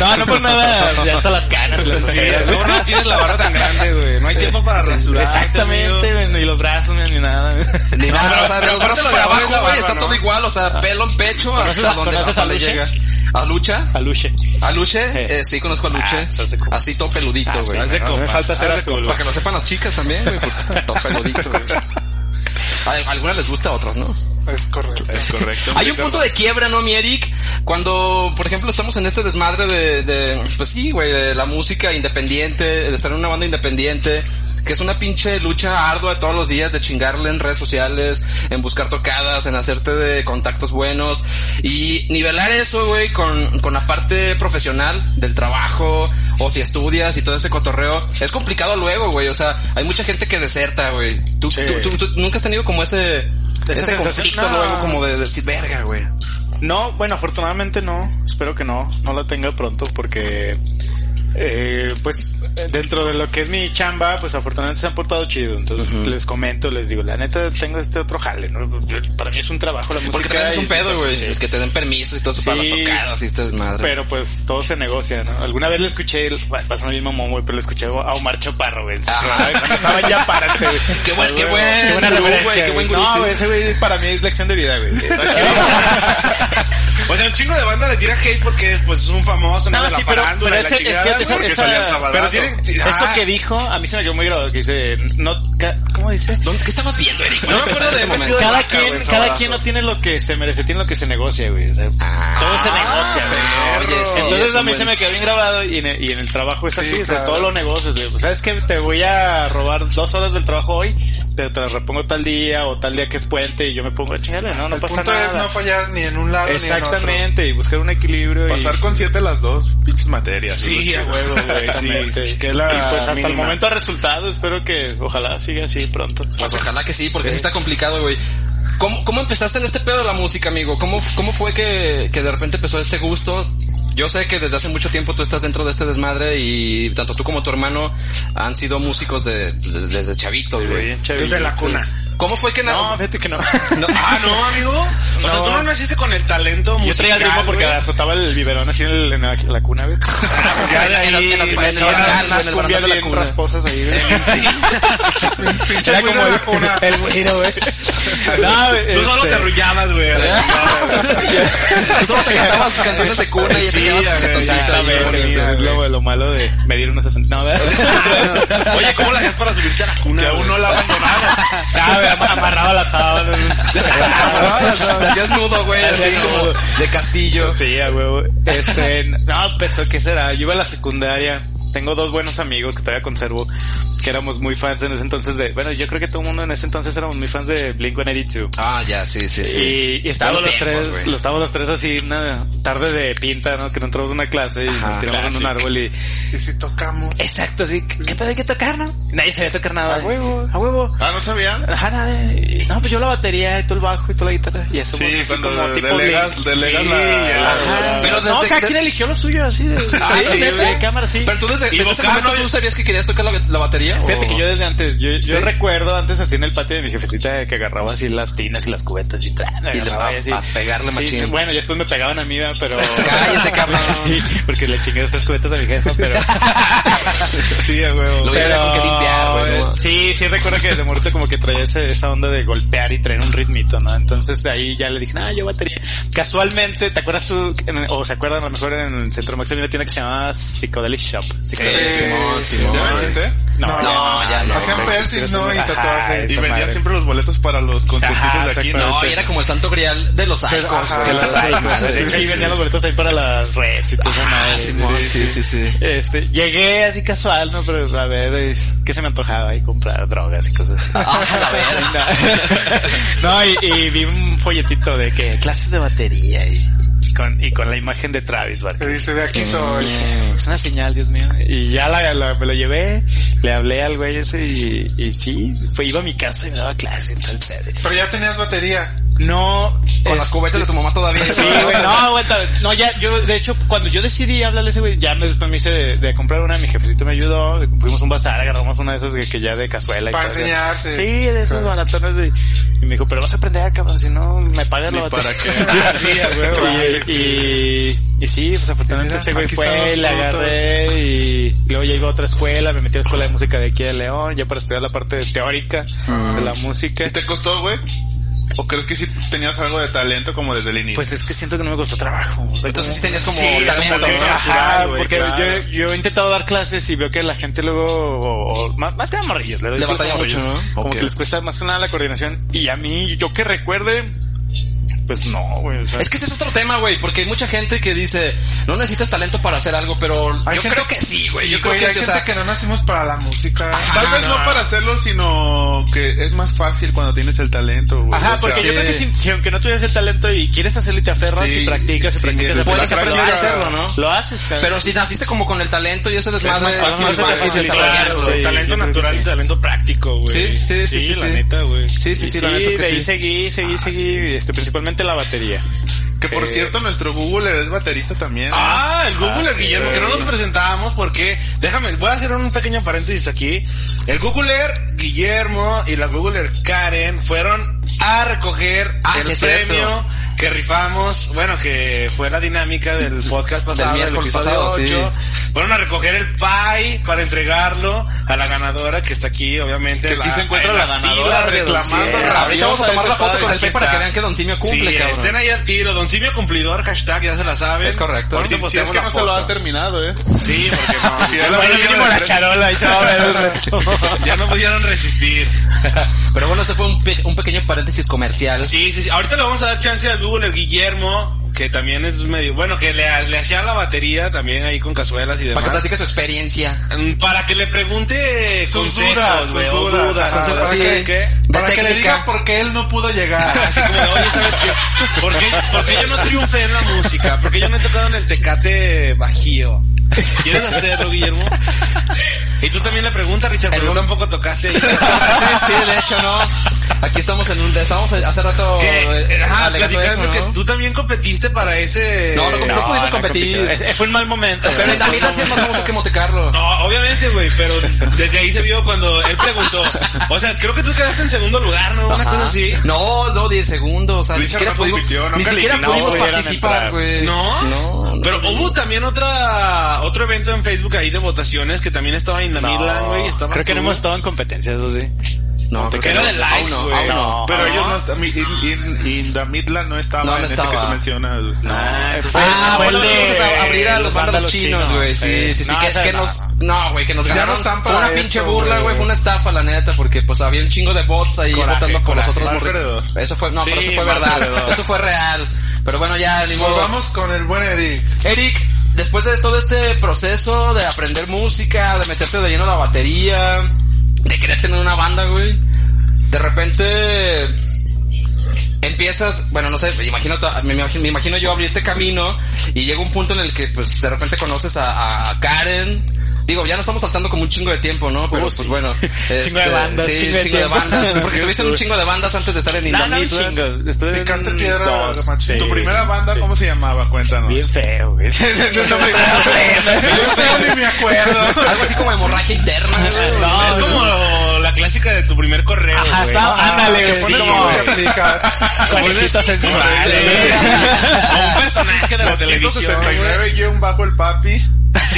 F: No, no por nada, ya hasta las canas, las
C: Sí,
F: ojeras,
C: no,
F: güey.
C: no tienes la barra tan grande, güey. No hay tiempo para rasurar.
F: Exactamente, güey, ni los brazos ni- ni nada.
B: Ni
C: No,
B: nada,
C: pero-
B: o sea, de
C: pero
B: los brazos
C: aparte lo
B: para
C: de abajo
B: abajo,
C: es la
B: güey,
C: barba,
B: está
C: ¿no?
B: todo igual, o sea, pelo en pecho
F: Ah. ¿Conoces
B: hasta
F: a-
B: donde
F: conoces
B: hasta
F: a
B: donde
F: Luche?
B: llega. ¿A Lucha?
F: A Luche.
B: ¿A Luche?
F: Eh.
B: Eh, sí, conozco a Luche.
F: Ah, se hace como-
B: Así todo peludito, güey.
F: Ah, sí,
B: Ajá.
F: no, me falta ser
B: Haz de
F: azul.
B: cuenta, Para que lo sepan las chicas también, güey, porque
F: [LAUGHS]
B: todo peludito, güey. A- Algunas les gusta, a otras no.
D: Es
F: [LAUGHS]
D: correcto.
E: Es correcto.
B: Hay un punto de quiebra, ¿no, mi Eric? Cuando, por ejemplo, estamos en este desmadre de, de pues sí, güey, de la música independiente, de estar en una banda independiente, que es una pinche lucha ardua todos los días de chingarle en redes sociales, en buscar tocadas, en hacerte de contactos buenos y nivelar eso, güey, con, con la parte profesional del trabajo o si estudias y todo ese cotorreo. Es complicado luego, güey, o sea, hay mucha gente que deserta, güey. ¿Tú,
F: Sí.
B: tú- tú- tú nunca has tenido como ese...
F: Esa
B: Ese
F: sensación,
B: conflicto
F: no.
B: luego como de decir, verga, güey.
F: No, bueno, afortunadamente no. Espero que no. No la tenga pronto porque, eh, pues, dentro de lo que es mi chamba, pues afortunadamente se han portado chido. Entonces les comento, les digo, la neta tengo este otro jale, ¿no? Yo- Para mí es un trabajo la música.
B: Porque también es un
F: y- pues,
B: pedo, güey.
F: Sí.
B: Es que te den permisos y todo eso para las
F: Sí.
B: tocadas y estas madres.
F: Pero pues todo se negocia, ¿no? Alguna vez le escuché, pasa el mismo güey, pero le escuché a Omar Chaparro, güey. en su
B: Ah.
F: programa, cuando Estaba en ya [LAUGHS] párate, güey.
B: [LAUGHS] Qué buen-
F: Ah,
B: qué
F: güey,
B: buen
F: buena
B: gurú, güey,
F: referencia,
B: qué buen
F: güey.
B: gurú, sí.
F: No, güey, ese güey para mí es lección de vida, güey.
C: O sea, un chingo de banda le tira hate porque pues es un famoso, no,
F: No,
C: de la
F: sí, pero-
C: farándula
F: pero
C: y la
F: ese- es que
C: chingada,
F: esa-
C: porque
F: esa-
C: salían sabadazo.
F: pero
E: tienen-
C: Ah,
F: Eso que dijo, a mí se me quedó muy grabado, que dice, no, ca- ¿cómo dice?
B: ¿Dónde, ¿Qué estabas viendo, Eric?
C: No me acuerdo de
B: ese
C: vestido
B: momento.
C: de
F: Cada
C: vaca,
F: quien,
C: güey,
F: cada
C: sabadazo.
F: quien no tiene lo que se merece, tiene lo que se negocia, güey. O sea, todo se negocia, güey.
B: Oye, sí, es
F: Entonces
B: un
F: a mí
B: buen-
F: se me quedó bien grabado y en el, y en el trabajo es
D: Sí,
F: así, o sea,
D: claro.
F: todos los negocios, güey. Pues, Sabes que te voy a robar dos horas del trabajo hoy, pero te las repongo tal día o tal día que es puente y yo me pongo a chingarle, no, no
D: el
F: pasa
D: punto
F: nada.
D: es no fallar ni en un lado ni en otro.
F: Exactamente, y buscar un equilibrio.
E: Pasar
F: y...
E: con siete las dos pinches materias.
C: Sí, a huevo, [LAUGHS] güey, sí.
F: Exactamente.
C: Que es la
F: y pues hasta el
C: mínima.
F: momento ha resultado, espero que ojalá siga así pronto.
B: Pues ojalá que sí, porque sí está complicado, güey. ¿Cómo, ¿Cómo empezaste en este pedo de la música, amigo? ¿Cómo, cómo fue que, que de repente empezó este gusto? Yo sé que desde hace mucho tiempo tú estás dentro de este desmadre y tanto tú como tu hermano han sido músicos de, de- desde chavitos, güey.
F: Bien, chavillo.
C: Desde la cuna.
B: ¿Cómo fue que
F: No,
B: na-
F: fíjate que no.
B: no-
C: Ah, no, amigo. O sea, tú no naciste con el talento musical.
F: Yo traía el ritmo porque
C: güey.
F: azotaba el biberón así en, el- en la, en la cuna, güey.
B: ya de ahí,
F: En las- en
B: en el barandal,
F: las
B: en el
F: cumbias
B: barandal de la
F: bien
B: cuna.
F: rasposas ahí, [LAUGHS] güey. Era
D: güiro de
F: como el-
D: la cuna.
F: el güiro, güey. No, güey,
C: Tú solo te
F: este-
C: arrullabas, güey. a la
F: [LAUGHS]
C: chingada, güey.
B: Solo te cantabas canciones de cuna y ya te
C: Sí,
B: quedabas
C: ya,
B: con
C: güey,
B: tu
C: ya,
B: cita ahí,
C: ya,
B: güey.
C: güey.
F: Es lo, lo malo de medir unos 60. No, ¿verdad?
C: Oye, ¿cómo la hacías para subirte a la cuna?
E: Que aún
C: güey?
E: no
C: [LAUGHS]
E: la abandonaron.
F: Ah, güey, ama- amarraba las sábanas.
B: Te Hacías nudo, güey,
F: Ah, Hacías
B: así como
F: nudo.
B: de castillo.
F: Yo sí, a huevo. Este, no, pero ¿qué será? Yo iba a la secundaria. Tengo dos buenos amigos que todavía conservo, que éramos muy fans en ese entonces de, bueno, yo creo que todo el mundo en ese entonces éramos muy fans de Blink-182.
B: Ah, ya, sí, sí, sí.
F: Y, y estábamos los,
B: Buenos tiempos,
F: tres,
B: güey.
F: lo estábamos los tres así una tarde de pinta, ¿no? Que no entramos a una clase y nos tiramos en un árbol y
D: Y si tocamos.
F: exacto, así, ¿qué qué pedo hay que tocar, no? Nadie sabía tocar nada.
D: A huevo.
F: A huevo.
E: Ah, no sabían.
F: Ajá, nada. y- No, pues yo la batería, y tú el bajo y tú la guitarra. Y eso
E: Sí,
F: así
E: cuando
F: como tipo
E: delegas-
F: Blink.
E: delegas
F: Sí,
E: la-
F: ajá.
B: Pero
F: no,
B: desde-
F: cada
B: de-
F: quien eligió lo suyo, así de,
B: Ah,
F: así
B: ¿sí,
F: de-
B: neta?
F: de cámara, sí.
B: Pero tú desde, desde ese
C: vocal,
B: momento
C: ¿no?
B: tú sabías que querías tocar la, la batería. o-
F: Fíjate que yo desde antes, yo, yo
B: Sí.
F: recuerdo antes así en el patio de mi jefecita que agarraba así las tinas y las cubetas y tal.
B: Y le daba pa' pegarle machín.
F: Bueno, ya después me pegaban a mí, ¿verdad? pero.
B: [LAUGHS] Cállese, cabrón.
F: [LAUGHS] Sí, porque le chingué dos tres cubetas a mi jefa,
B: [LAUGHS]
F: pero.
B: Sí, güey. Lo voy a
F: pero... eh,
B: con que limpiar, güey. ¿no?
F: Sí, sí, recuerdo que de morrito como que traía ese- esa onda de golpear y traer un ritmito, ¿no? Entonces de ahí ya le dije, no, yo batería. Casualmente, ¿te acuerdas tú, en- o se acuerdan a lo mejor en el Centro Max había una tienda que se llamaba Psychedelic Shop?
B: Sí,
F: Psychedelic-
B: Simón, Simón.
E: ¿Ya no existe?
D: No,
B: No, ya no.
D: Hacían
B: güey.
D: piercings, ¿no? Y
F: Ajá,
D: tatuajes.
E: Y
F: Esa
E: vendían
F: madre.
E: siempre los boletos para los
F: Ajá,
E: conciertos de aquí, ¿no?
B: No, y era como el santo grial de los
D: Pero,
B: arcos,
D: ajá,
B: güey. [LAUGHS]
D: de los
F: Sí, madre. De hecho, ahí vendían los boletos también para las reps y todo eso,
B: Ah,
F: madre.
B: Simón, sí, sí, sí.
F: Este, llegué así casual, ¿no? Pero a ver, eh, ¿qué se me antojaba? Y comprar drogas y cosas así.
B: Ah, [LAUGHS] la verga.
F: no, [LAUGHS] y, y vi un folletito de que clases de batería y, y con, y con la imagen de Travis
D: Que
F: Barker.
D: dice, de
F: Mm.
D: aquí soy.
F: Es una señal, Dios mío. Y ya la, la- me lo llevé, le hablé al güey ese y, y sí, fue, iba a mi casa y me daba clases y tal, tal.
D: Pero ya tenías batería.
F: No,
B: Con las cubetas de tu mamá todavía.
F: Sí, güey, no, güey, tal- no, ya, yo, de hecho, cuando yo decidí hablarle a ese güey, ya me, después me hice de, de comprar una, mi jefecito me ayudó, fuimos a un bazar, agarramos una de esas que, que ya de cazuela. y
D: Para
F: todo,
D: enseñarse.
F: Sí, de esos
D: Claro.
F: baratones de- y me dijo, pero vas a aprender, cabrón, si no me pagas la
E: Ni para
F: batería.
E: qué.
F: [LAUGHS] Sí, a huevo. y, y, y sí, pues afortunadamente
D: Mira,
F: ese güey
D: aquí están
F: fue,
D: los
F: le
D: frutos.
F: agarré y luego ya iba a otra escuela, me metí a la escuela de música de aquí de León, ya para estudiar la parte teórica de la música.
E: Ah. ¿Y te costó, güey? ¿O crees que sí tenías algo de talento como desde el inicio?
F: Pues es que siento que no me costó trabajo.
B: Entonces sí tenías como
F: era
B: talento,
F: porque-
B: ¿no?
F: Ajá,
E: natural, güey,
F: porque
E: claro.
F: yo, yo he intentado dar clases y veo que la gente luego, o- o- más, más que a morrillos, le doy
B: Le
F: curso a
B: batalla mucho,
F: morrillos.
B: ¿no?
F: Como
B: Ok.
F: que les cuesta más que nada la coordinación. Y a mí, yo que recuerde, pues no, güey. o sea,
B: Es que ese es otro tema, güey, porque hay mucha gente que dice, no necesitas talento para hacer algo, pero
D: Hay
B: yo
D: gente-
B: creo que sí, güey.
D: Sí,
B: yo creo
D: güey,
B: que
D: hay
B: sí, o
D: gente
B: sea,
D: que no nacimos para la música.
E: Tal vez no para hacerlo, sino que es más fácil cuando tienes el talento, güey.
B: ah,
F: Ajá,
E: O
F: porque
E: sea,
F: yo creo que si, si aunque no tuvieras el talento y quieres hacerlo y te aferras
E: Sí,
F: y practicas y
E: sí,
F: practicas,
E: sí,
F: y
B: puedes
E: la
B: aprender a
E: primera-
B: hacerlo, ¿no?
F: lo haces, cabrón.
B: Pero si naciste como con el talento y ese desmadre,
F: más fácil,
B: sí,
F: más
B: más fácil
F: fácil,
B: desarrollarlo,
F: claro,
B: güey.
F: sí.
C: talento
F: yo creo que
C: natural
F: sí.
C: y talento práctico, güey.
B: Sí, sí, sí, sí,
C: la
B: sí.
C: neta, güey.
B: Sí, sí,
F: Y
B: sí, la neta es que
F: de ahí
B: sí.
F: seguí, seguí, seguí, este, principalmente la batería.
E: Que por
F: Eh,
E: cierto, nuestro Google es baterista también. ¿no?
C: Ah, el Google
F: sí,
C: Guillermo, que no nos presentábamos porque, déjame, voy a hacer un pequeño paréntesis aquí. El Googler Guillermo y la Googler Karen fueron a recoger
B: Ah, sí,
C: el
B: es cierto.
C: premio que rifamos, bueno, que fue la dinámica del podcast pasado, del
B: miércoles
C: episodio
B: pasado, sí.
C: 8. Fueron a recoger el pie para entregarlo a la ganadora que está aquí, obviamente.
E: Que aquí
C: la-
E: se encuentra
C: en
E: la
C: las
E: ganadora
C: filas de
E: reclamando
C: dossier.
E: rabia.
B: Ahorita vamos a tomar la foto con el
C: Aquí
B: pie para
C: está.
B: que vean que Don Simio cumple,
C: sí,
B: cabrón.
C: estén ahí al tiro. Don Simio cumplidor, hashtag, ya se la saben.
B: Es correcto.
C: Ahorita
E: Si, si es
C: posteamos
E: que
C: pues, la
E: no se lo
C: foto.
E: ha terminado, eh.
C: Sí, porque no.
E: Ya
C: ya,
E: lo
C: no
E: vi,
C: pudieron,
E: la
F: charola y se va a ver el resto.
C: [LAUGHS] ya no pudieron resistir.
B: Pero bueno, ese fue un, pe- un pequeño paréntesis comercial.
C: Sí, sí, sí. Ahorita le vamos a dar chance al Google, el Guillermo, que también es medio... Bueno, que le, le hacía la batería también ahí con cazuelas y demás.
B: Para que platique su experiencia.
C: Mm, Para que le pregunte
E: Sus
C: consejos,
E: dudas, sus
C: güey, o
E: dudas.
D: Ah,
C: ¿Para
D: sí.
C: qué? ¿Qué?
B: De
D: Para que le
B: técnica.
D: diga por qué él no pudo
C: [LAUGHS]
D: llegar.
C: Así como, de, oye, ¿sabes qué? ¿Por qué, por qué yo no triunfé en la música? ¿Por qué yo no he tocado en el Tecate Bajío? ¿Quieres hacerlo, Guillermo? Y tú también le preguntas, Richard, porque
B: El-
C: tú tampoco tocaste ahí.
B: sí, sí, de hecho, no. Aquí estamos en un... Estamos hace rato...
C: Que,
B: eh,
C: ajá,
B: alegando
C: platicando
B: eso,
C: que
B: ¿no?
C: tú también competiste para ese...
B: No, no, como no,
F: No,
B: pudimos
F: no
B: competir.
F: compitió. Eh, Fue un mal momento.
B: Pero en Navidad sí es más famoso que Montecarlo.
C: No, obviamente, güey, pero desde ahí se vio cuando él preguntó. O sea, creo que tú quedaste en segundo lugar, ¿no? Una cosa así.
B: No, no, 10 segundos. O sea, ni
E: Richard
B: siquiera
E: no
B: pudimos,
E: compitió, no
B: ni siquiera
E: calificó,
B: pudimos
F: pudieran entrar.
B: participar, güey.
C: ¿No?
B: No, no.
C: Pero hubo también otra otro evento en Facebook ahí de votaciones que también estaba en Milan, güey. estabas
F: creo que
C: tú.
F: no hemos estado en competencia, eso sí.
B: No,
F: Te
B: creo
C: queda
B: que
C: de likes,
B: Aún no,
C: güey.
B: aún no.
F: No.
E: Pero
C: Ah,
E: ellos
C: ¿no?
E: no están. In, in, in the Midland no estaba
B: No, no
E: en ese que
B: estaba.
E: tú mencionas. güey.
F: Ah,
B: Ah,
F: fue
B: bueno,
F: el
B: vamos
F: de-
B: a abrir a los
F: los
B: vándalos
F: vándalos
B: chinos,
F: chinos,
B: güey. Sí,
F: sí.
B: sí, sí.
F: No,
B: que,
F: esa
B: que
F: no.
B: nos, no, güey, que nos
D: Ya no
B: ganaron.
D: están
B: fue
D: para
B: una pinche
D: eso,
B: burla,
D: güey.
B: güey. Fue una estafa, la neta, porque pues había un chingo de bots ahí
F: Coraje,
B: votando por los
F: coraje.
B: otros
E: Mal
B: burritos.
E: perdedor.
B: Eso fue, no,
E: Sí,
B: pero eso fue
E: mal
B: verdad.
E: perdedor.
B: Eso fue real. Pero bueno, ya, ni modo.
D: Volvamos con el buen Eric.
B: Eric, después de todo este proceso de aprender música, de meterte de lleno a la batería, de querer tener una banda, güey, de repente empiezas, bueno, no sé, imagino, to- me, imagino, me imagino yo abrirte camino y llega un punto en el que pues de repente conoces a, a Karen. Digo, ya no estamos saltando como un chingo de tiempo, ¿no? Pero
F: Uh,
B: pues
F: sí.
B: bueno.
F: [LAUGHS]
B: este,
F: Chingo de bandas,
B: sí,
F: chingo de
B: chingo de
F: tiempo.
B: bandas.
F: [LAUGHS]
B: Porque estuviste en un chingo de bandas antes de estar en
F: No, no, un
B: Indamit.
F: chingo. Estuve en
D: Picaste piedra,
F: dos,
D: machín.
F: sí.
E: ¿Tu primera banda cómo se llamaba? Cuéntanos. [LAUGHS]
F: Bien feo, güey.
D: Yo sé, ni me acuerdo.
B: Algo así como hemorragia
F: [LAUGHS]
B: interna, güey.
F: No, Ah,
C: es como la clásica de tu primer correo,
F: Ajá,
C: güey. Ah,
F: estaba, ándale,
D: Que
F: güey.
D: pones
F: sí,
D: como
F: güey.
D: que aplica.
F: Conejito sensual,
C: O un personaje de la televisión. güey.
E: 169 guión bajo el papi.
C: Sí,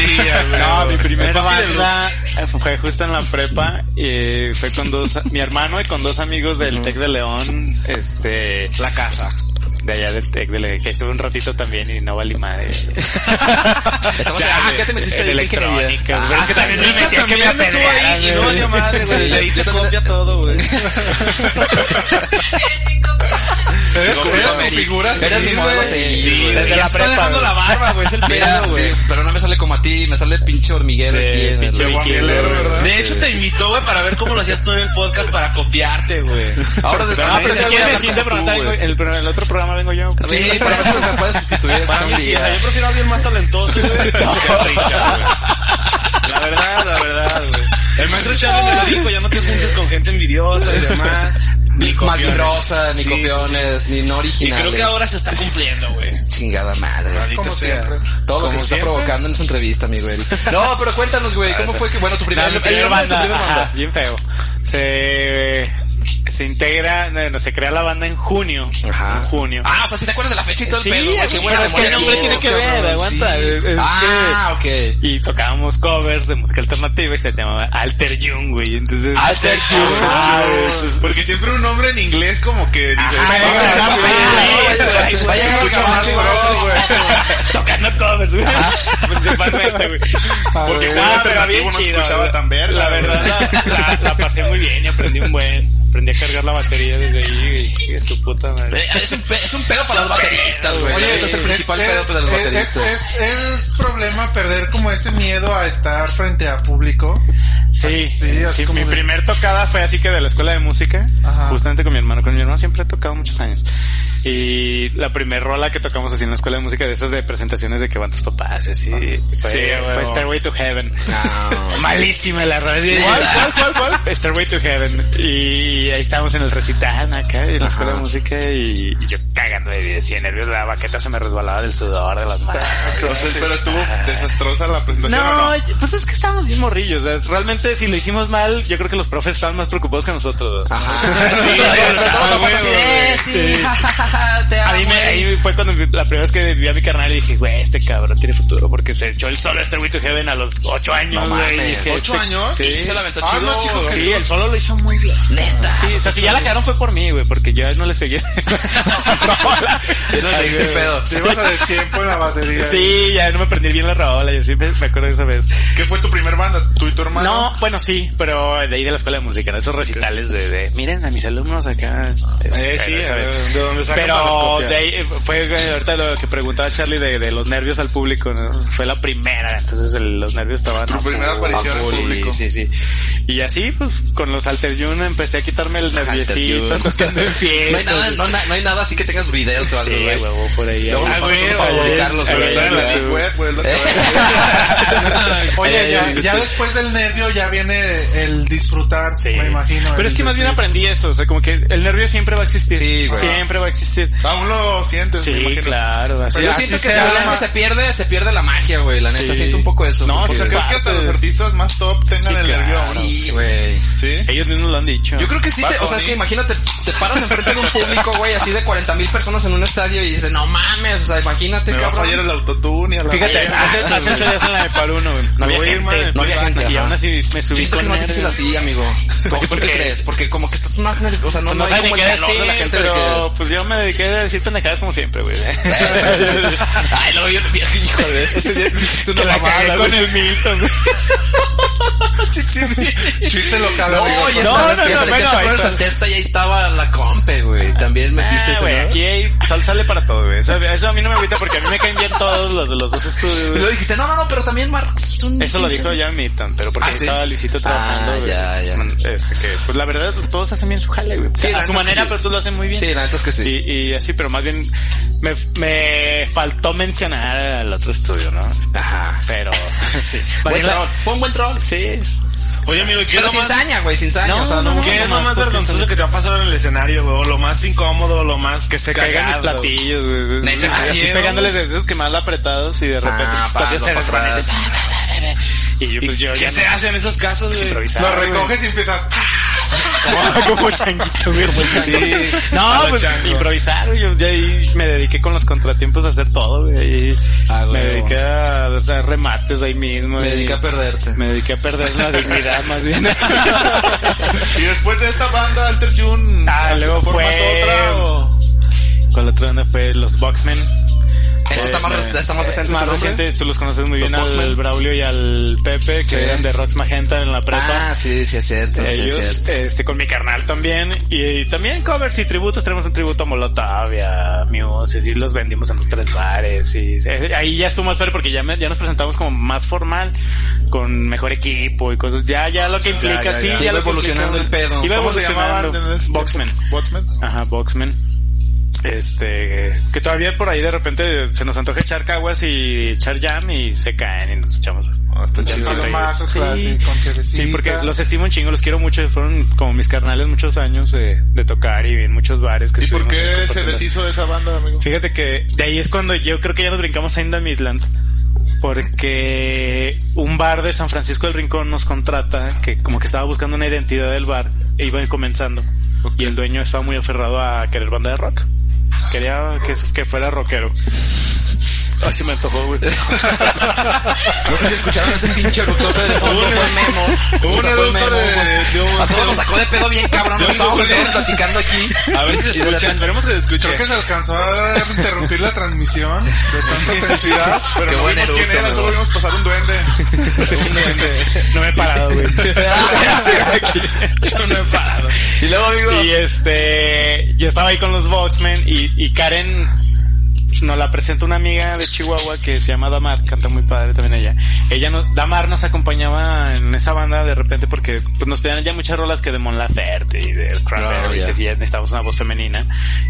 F: güey.
C: güey.
F: No, mi primera
C: El papi de
F: banda eh, fue justo en la prepa y fue con dos, mi hermano y con dos amigos del Tec de León, este,
C: La casa.
F: de allá del Tec de León, que estuve un ratito también y no valí madre.
B: Estamos en- ah, ¿qué te metiste
F: en
B: de qué ingeniería?
F: electrónica?
B: Ah,
F: pero es que también me
C: Richard
F: metí a que me
C: también estuvo
F: apedrearan,
C: ahí y no
F: güey.
C: valió madre, güey. Desde ahí
B: Yo
C: te
B: también-
C: copia todo, güey.
D: Eres
E: Digo,
D: eres
E: Eric.
D: su figura.
B: Eres mi
D: sí,
B: modelo a
D: güey.
B: seguir,
C: Sí,
B: Pues güey.
C: desde la prepa. dejando la barba, güey. Es el
B: Mira,
C: pedo, güey.
B: sí, pero no me sale como a ti, me sale pinche hormiguero
F: Sí,
B: aquí. en el-
F: pinche
E: Llegó a
F: Vicky,
E: Mielero,
F: güey.
E: ¿verdad?
C: De hecho, te invitó, güey, para ver cómo lo hacías tú en el podcast para copiarte, güey.
B: Ahora de
F: Ah,
B: ahora
F: pero
B: sí voy
F: si
B: a
F: quieres,
B: hablar
F: si
B: como
F: te
B: tú,
F: preguntan,
B: güey.
F: el, pero en el otro programa vengo yo.
B: Sí, pero eso me puedes sustituir.
C: Para mí
B: algún
C: sí, o
B: día.
C: sea, yo prefiero a alguien más talentoso, güey. que a Richard, güey. La verdad, la verdad, güey. El maestro Charlie me lo dijo, ya no te juntes con gente envidiosa y demás.
B: Ni
C: copiones.
B: malvibrosa, ni
C: Sí.
B: copiones, ni no
C: Y
B: originales.
C: creo que ahora se está cumpliendo, güey.
B: Chingada madre.
D: Como siempre.
B: Todo lo que
C: Como
B: se está
C: siempre.
B: provocando en esa entrevista, mi [LAUGHS] güey. No, pero cuéntanos, güey, ¿cómo fue que, bueno, tu primera
F: No, mi
B: el
F: primer
B: nombre de tu
F: banda,
B: primer
F: ajá,
B: banda?
F: bien feo. Se, se integra, no, no, se crea la banda en junio.
B: Ajá.
F: En junio.
B: Ah, o sea, si te acuerdas de la fecha y todo
F: Sí,
B: el pedo, güey.
F: sí,
B: Qué buena
F: pero es que
B: memoria
F: el nombre
B: tienes,
F: tiene que ver,
B: cabrón,
F: aguanta,
B: sí.
F: es- es
B: Ah, ok.
F: Y tocábamos covers de música alternativa y se llamaba Alter Jung, güey. Entonces.
B: Alter Ah, Jung.
F: Ajá, güey, entonces-
E: Porque siempre un nombre en inglés como que dice,
F: Ajá,
E: "Ah,
F: güey,
E: sí,
F: ajá,
E: güey".
F: güey,
B: Va a llegar el
E: Escucha
B: gabacho y
E: más
B: vamos a-
E: pro, güey.
F: [LAUGHS] Tocando covers, güey. Principalmente, güey. Porque jugaba,
E: güey, el
F: pero bien
E: alternativo no
F: chido.
E: escuchaba
F: güey.
E: tan verga,
F: La
E: güey.
F: verdad, la, la- la pasé muy bien y aprendí un buen. Aprendí a cargar la batería desde ahí, güey. que Su puta madre.
B: Eh, Es un, pe- es un pedo para los bateristas, güey.
D: Oye,
B: Este es el principal
D: es-
B: pedo para los
D: es- es,
B: bateristas.
D: es, es problema perder como ese miedo a estar frente a público.
F: Sí,
D: Sí, así
F: sí,
D: como
F: mi
D: de-
F: primer tocada fue así que de la escuela de música,
D: Ajá.
F: justamente con mi hermano, con mi hermano siempre he tocado muchos años. Y la primer rola que tocamos así en la escuela de música de esas de presentaciones de que van tus papás, y así.
D: Ah.
F: Fue,
C: Sí,
F: fue
C: huevo.
F: Stairway to Heaven. Malísima la rola. ¿Cuál, cuál, [LAUGHS] cuál, cuál? Stairway to Heaven. Y ahí estábamos en el recital acá, en la escuela de música, y, y yo cagando de vida, así de nervios, la baqueta se me resbalaba del sudor de las manos.
E: [LAUGHS] Entonces, pero estuvo desastrosa la presentación.
F: No,
E: ¿o no?
F: pues es que estábamos bien morrillos. o sea, Realmente, si lo hicimos mal, yo creo que los profes estaban más preocupados que nosotros. Sí,
B: Todos
F: a
B: papás así
F: huevo,
B: de,
F: güey.
B: "Sí,
F: Sí.
B: ja, ja, ja, ja, te
F: A mí
B: amo,
F: me,
B: güey".
F: ahí fue cuando vi- la primera vez que vi a mi carnal y dije, güey, este cabrón tiene futuro porque se echó el solo a Stairway to Heaven a los ocho años,
B: No
F: güey.
B: mames.
F: Y dije,
D: ¿Ocho
F: este-
D: años?
B: Y sí
F: Sí,
B: se la aventó
D: Ah,
B: chido.
D: no, chicos,
B: güey.
F: sí, el solo lo hizo muy bien.
B: Neta.
F: Sí, o sea, si ya la cagaron fue por mí, güey, porque yo no le [LAUGHS] seguí.
B: Yo no sé qué pedo.
D: Te ibas a destiempo en la batería.
F: Sí, ya no me aprendí bien la rola, yo siempre me acuerdo de esa vez.
E: ¿Qué fue tu primer banda? ¿Tú y tu hermano?
F: No, bueno, sí, pero de ahí de la escuela de música, ¿no? esos recitales de, de, miren a mis alumnos acá.
C: Eh, sí,
F: Pero, ¿sabes?
C: de donde sacan para las
F: Pero
C: copias.
F: de ahí eh, fue eh, ahorita lo que preguntaba Charlie de, de los nervios al público, ¿no? Fue la primera, entonces el- los nervios estaban.
E: Tu
F: a
E: primera
F: full,
E: aparición
F: a
E: al
F: full,
E: público.
F: Sí, sí. Y así, pues, con los Alter Tune empecé a quitarme el nerviosito,
B: Tune.
F: [LAUGHS] tocando en
B: No hay, nada,
F: fiestas.
B: no, na- no hay nada así que tengas videos o algo,
F: Sí,
B: güey.
F: huevo, por ahí.
B: Luego
F: Ah,
B: nos pasas
F: güey,
B: uno para
F: güey,
B: publicarlos,
F: güey,
B: güey.
E: Está en la web, güey, es lo
F: Eh,
E: que va a decir.
B: [LAUGHS]
D: Oye, ya,
E: Eh,
D: ya después del nervio ya viene el disfrutar,
F: Sí.
D: me imagino.
F: Este, Pero
D: el
F: es que más bien
D: decir,
F: aprendí eso, o sea, como que el nervio siempre va a existir.
B: Sí, güey.
F: Siempre va a existir.
E: Aún lo sientes, me
F: Sí,
E: imagino.
F: claro, así
B: Yo
F: así
B: siento que
F: se
B: si el
F: llama.
B: nervio se pierde, se pierde la magia, güey. La neta,
F: Sí.
B: siento un poco eso.
F: No,
B: porque-
E: O sea, ¿crees que hasta los artistas más top tengan
F: Sí,
E: el nervio
F: claro.
E: aún?
B: Sí, güey.
E: Sí.
F: Ellos mismos lo han dicho.
B: Yo creo que sí,
E: Bad
B: te- o sea, es
E: Bunny.
B: que imagínate, te paras enfrente de un público, güey, así de 40 mil personas en un estadio y dices, no mames, o sea, imagínate,
E: Me va a
B: cabrón.
E: fallar el autotune y a la
F: Fíjate,
E: vez.
F: hace hace ocho días en la de Paruno, güey. No había
B: voy a ir,
F: gente,
B: madre.
F: no había gente. Y aún así me
B: Yo
F: subí
B: siento que
F: con
B: es más difícil
F: él.
B: así, amigo.
F: Pues sí,
B: ¿Por qué
F: porque-
B: crees? Porque como que estás más nervioso, o sea, no,
F: No,
B: no, hay
F: saben
B: como
F: qué
B: el calor
F: decir,
B: de la gente de
F: pero
B: que...
F: pues yo me dediqué a decir pendejadas como siempre, [LAUGHS] güey.
B: Ay, lo yo, hijo de... Ese día dijiste una
F: Que la Ah,
B: mamada,
F: cagué
B: güey.
F: con el Milton. güey.
D: Chiste local,
B: No,
D: amigo.
B: ya
F: No,
B: estaba, no,
F: no, no,
B: no,
F: bueno, ahí está.
B: y ahí estaba la compe, güey. También metiste
F: Ah,
B: ese,
F: güey,
B: ¿no?
F: aquí hay sol sale para todo, güey. Eso, eso a mí no me agüita porque a mí me caen bien todos los de los dos estudios.
B: Y
F: güey.
B: luego dijiste, no, no, no, pero también Mark...
F: Eso lo dijo ya Milton, pero porque
B: Ah, ¿sí?
F: estaba Luisito trabajando.
B: Ah,
F: güey.
B: ya, ya.
F: Este, que, pues la verdad, todos hacen bien su jale, güey.
B: Sí, la
F: a
B: neta
F: su
B: es que
F: manera,
B: sí.
F: pero tú lo hacen muy bien.
B: Sí, la neta es que sí.
F: Y, y así, pero más bien me, me faltó mencionar al otro estudio, ¿no?
B: Ajá.
F: Pero [LAUGHS] sí.
B: Buen troll. Fue un buen troll.
F: Sí.
C: Oye, amigo, ¿y ¿qué es
B: Pero
C: lo
B: sin
C: más,
B: saña, güey, sin saña.
F: No,
B: o sea, no,
F: no, no,
C: qué es lo
F: nada más
C: más
F: porque-
C: vergonzoso que te va a pasar en el escenario, güey? O lo más incómodo, lo más
F: Que se caigan mis
C: cagado?
F: platillos, güey.
B: Me
F: Así
C: cayeron.
F: pegándoles de esos que más apretados y de repente
B: Ah,
F: tus platillos
B: pa,
F: se
B: no, pa' atrás.
F: desvanecen. Y yo, pues yo
C: ¿Qué
F: ya
C: se
F: no- Pues
C: hace en esos casos, güey?
F: improvisar,
D: Lo
F: güey.
D: recoges y empiezas.
F: [LAUGHS] como changuito, güey.
C: chango.
F: No,
C: A lo
F: pues
C: chango.
F: improvisar, güey. Yo de ahí me dediqué con los contratiempos a hacer todo, güey. Y
B: Ah,
F: me
B: güey.
F: dediqué a hacer remates ahí mismo.
B: Me
F: y
B: dediqué a perderte.
F: Me [LAUGHS] dediqué a
B: [LAUGHS]
F: perder la dignidad, más bien.
E: Y después de esta banda, Alter June,
F: Ah,
E: ¿se
F: luego
E: formas
F: fue-
E: otra o...?
F: con la otra banda fue los Boxmen.
B: Eso está más, está más decente.
F: Pues, Más
B: ese nombre.
F: reciente, tú los conoces muy
B: Los
F: bien, al,
B: Boxmen.
F: Braulio y al Pepe, que
B: Sí.
F: eran de Rocks Magenta en la prepa.
B: Ah, sí, sí es cierto. sí, es
F: ellos,
B: cierto.
F: este, con mi carnal también, y, y también covers y tributos, tenemos un tributo a Molotov y a Muse, y los vendimos en los tres bares, y eh, ahí ya estuvo más padre porque ya, me- ya nos presentamos como más formal, con mejor equipo y cosas, ya, ya lo que implica,
B: ya,
F: sí,
B: ya.
F: ya,
B: Iba
F: lo que
B: evolucionando
F: implica-
B: el pedo.
F: Iba
E: ¿Cómo se
F: evolucionando.
E: llamaban?
B: este
F: Boxman.
E: Boxman.
F: Ajá, Boxman. Este, que todavía por ahí de repente se nos antoja echar caguas y echar jam y se caen y nos echamos
E: Ah, está
D: Ya
E: chido.
D: está más, o sea,
F: Sí.
D: así, con
F: Sí,
D: chevecita.
F: porque los estimo un chingo, los quiero mucho. Fueron como mis carnales muchos años de, de tocar y en muchos bares. Que
E: ¿Y por
F: estuvimos ahí
E: qué se
F: compartiendo.
E: deshizo esa banda, amigo?
F: Fíjate que de ahí es cuando yo creo que ya nos brincamos a Inda Midland. Porque un bar de San Francisco del Rincón nos contrata, que como que estaba buscando una identidad del bar, e iba comenzando. Y el dueño estaba muy aferrado a querer banda de rock. Quería que, que fuera rockero. Así me antojó, güey.
B: No sé si escucharon ese pinche eructote de fondo.
F: Hubo un-
B: fue Memo.
C: hubo
B: O sea,
C: un
B: fue
C: eructo
B: Memo,
C: de-
B: güey.
C: de un-
B: A todos nos sacó de pedo bien cabrón.
C: de un
B: Estábamos
C: doble.
B: todos platicando aquí.
C: A ver
B: Y
C: si se
F: [LAUGHS]
B: de
C: escucha,
B: repente-
C: esperemos que se escuche.
D: Creo que se alcanzó a interrumpir la transmisión de tanta tensidad.
E: Pero
B: Qué
E: no
B: buen
E: vimos quién
B: eructo,
E: era,
B: güey.
E: solo vimos pasar un duende.
F: [LAUGHS] No me he parado, güey.
B: Yo no he parado. Y luego, amigo,
F: Y este, yo estaba ahí con los Boxmen y, y Karen nos la presenta una amiga de Chihuahua que se llama Damar, canta muy padre también ella. Ella no, Damar nos acompañaba en esa banda de repente porque pues, nos pedían ya muchas rolas que de Mon Laferte y de Cranberries,
B: Oh, ya.
F: así, necesitábamos una voz femenina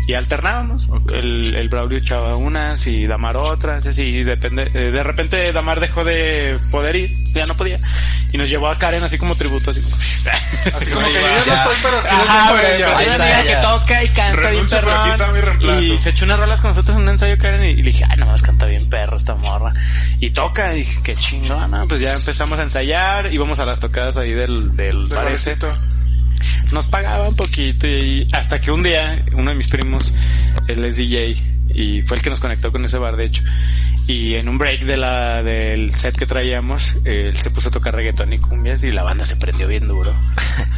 F: y alternábamos. El, el Braulio echaba unas y Damar otras, y así, y depende, eh, de repente Damar dejó de poder ir, ya no podía, y nos llevó a Karen así como tributo, así como, [LAUGHS]
D: Así como
B: Ahí
D: que yo
B: va,
D: ya no
B: ya.
D: estoy, pero quiero
F: Ajá,
D: tiempo de
F: güey,
D: ella.
B: Ahí
F: pero
B: está,
F: una amiga
B: ya.
F: que toca y canta bien
E: Renuncio, pero aquí está mi
F: perro.
E: reemplazo.
F: Y se echó unas rolas con nosotros en un ensayo Karen y, y le dije, ay, no más canta bien perro esta morra. Y toca, y dije, qué chingona. Pues ya empezamos a ensayar, íbamos a las tocadas ahí del, del
D: Del
F: bar ese.
D: barecito.
F: Nos pagaban poquito y hasta que un día uno de mis primos, él es DJ y fue el que nos conectó con ese bar de hecho. Y en un break de la, del set que traíamos, él se puso a tocar reggaetón y cumbias y la banda se prendió bien duro.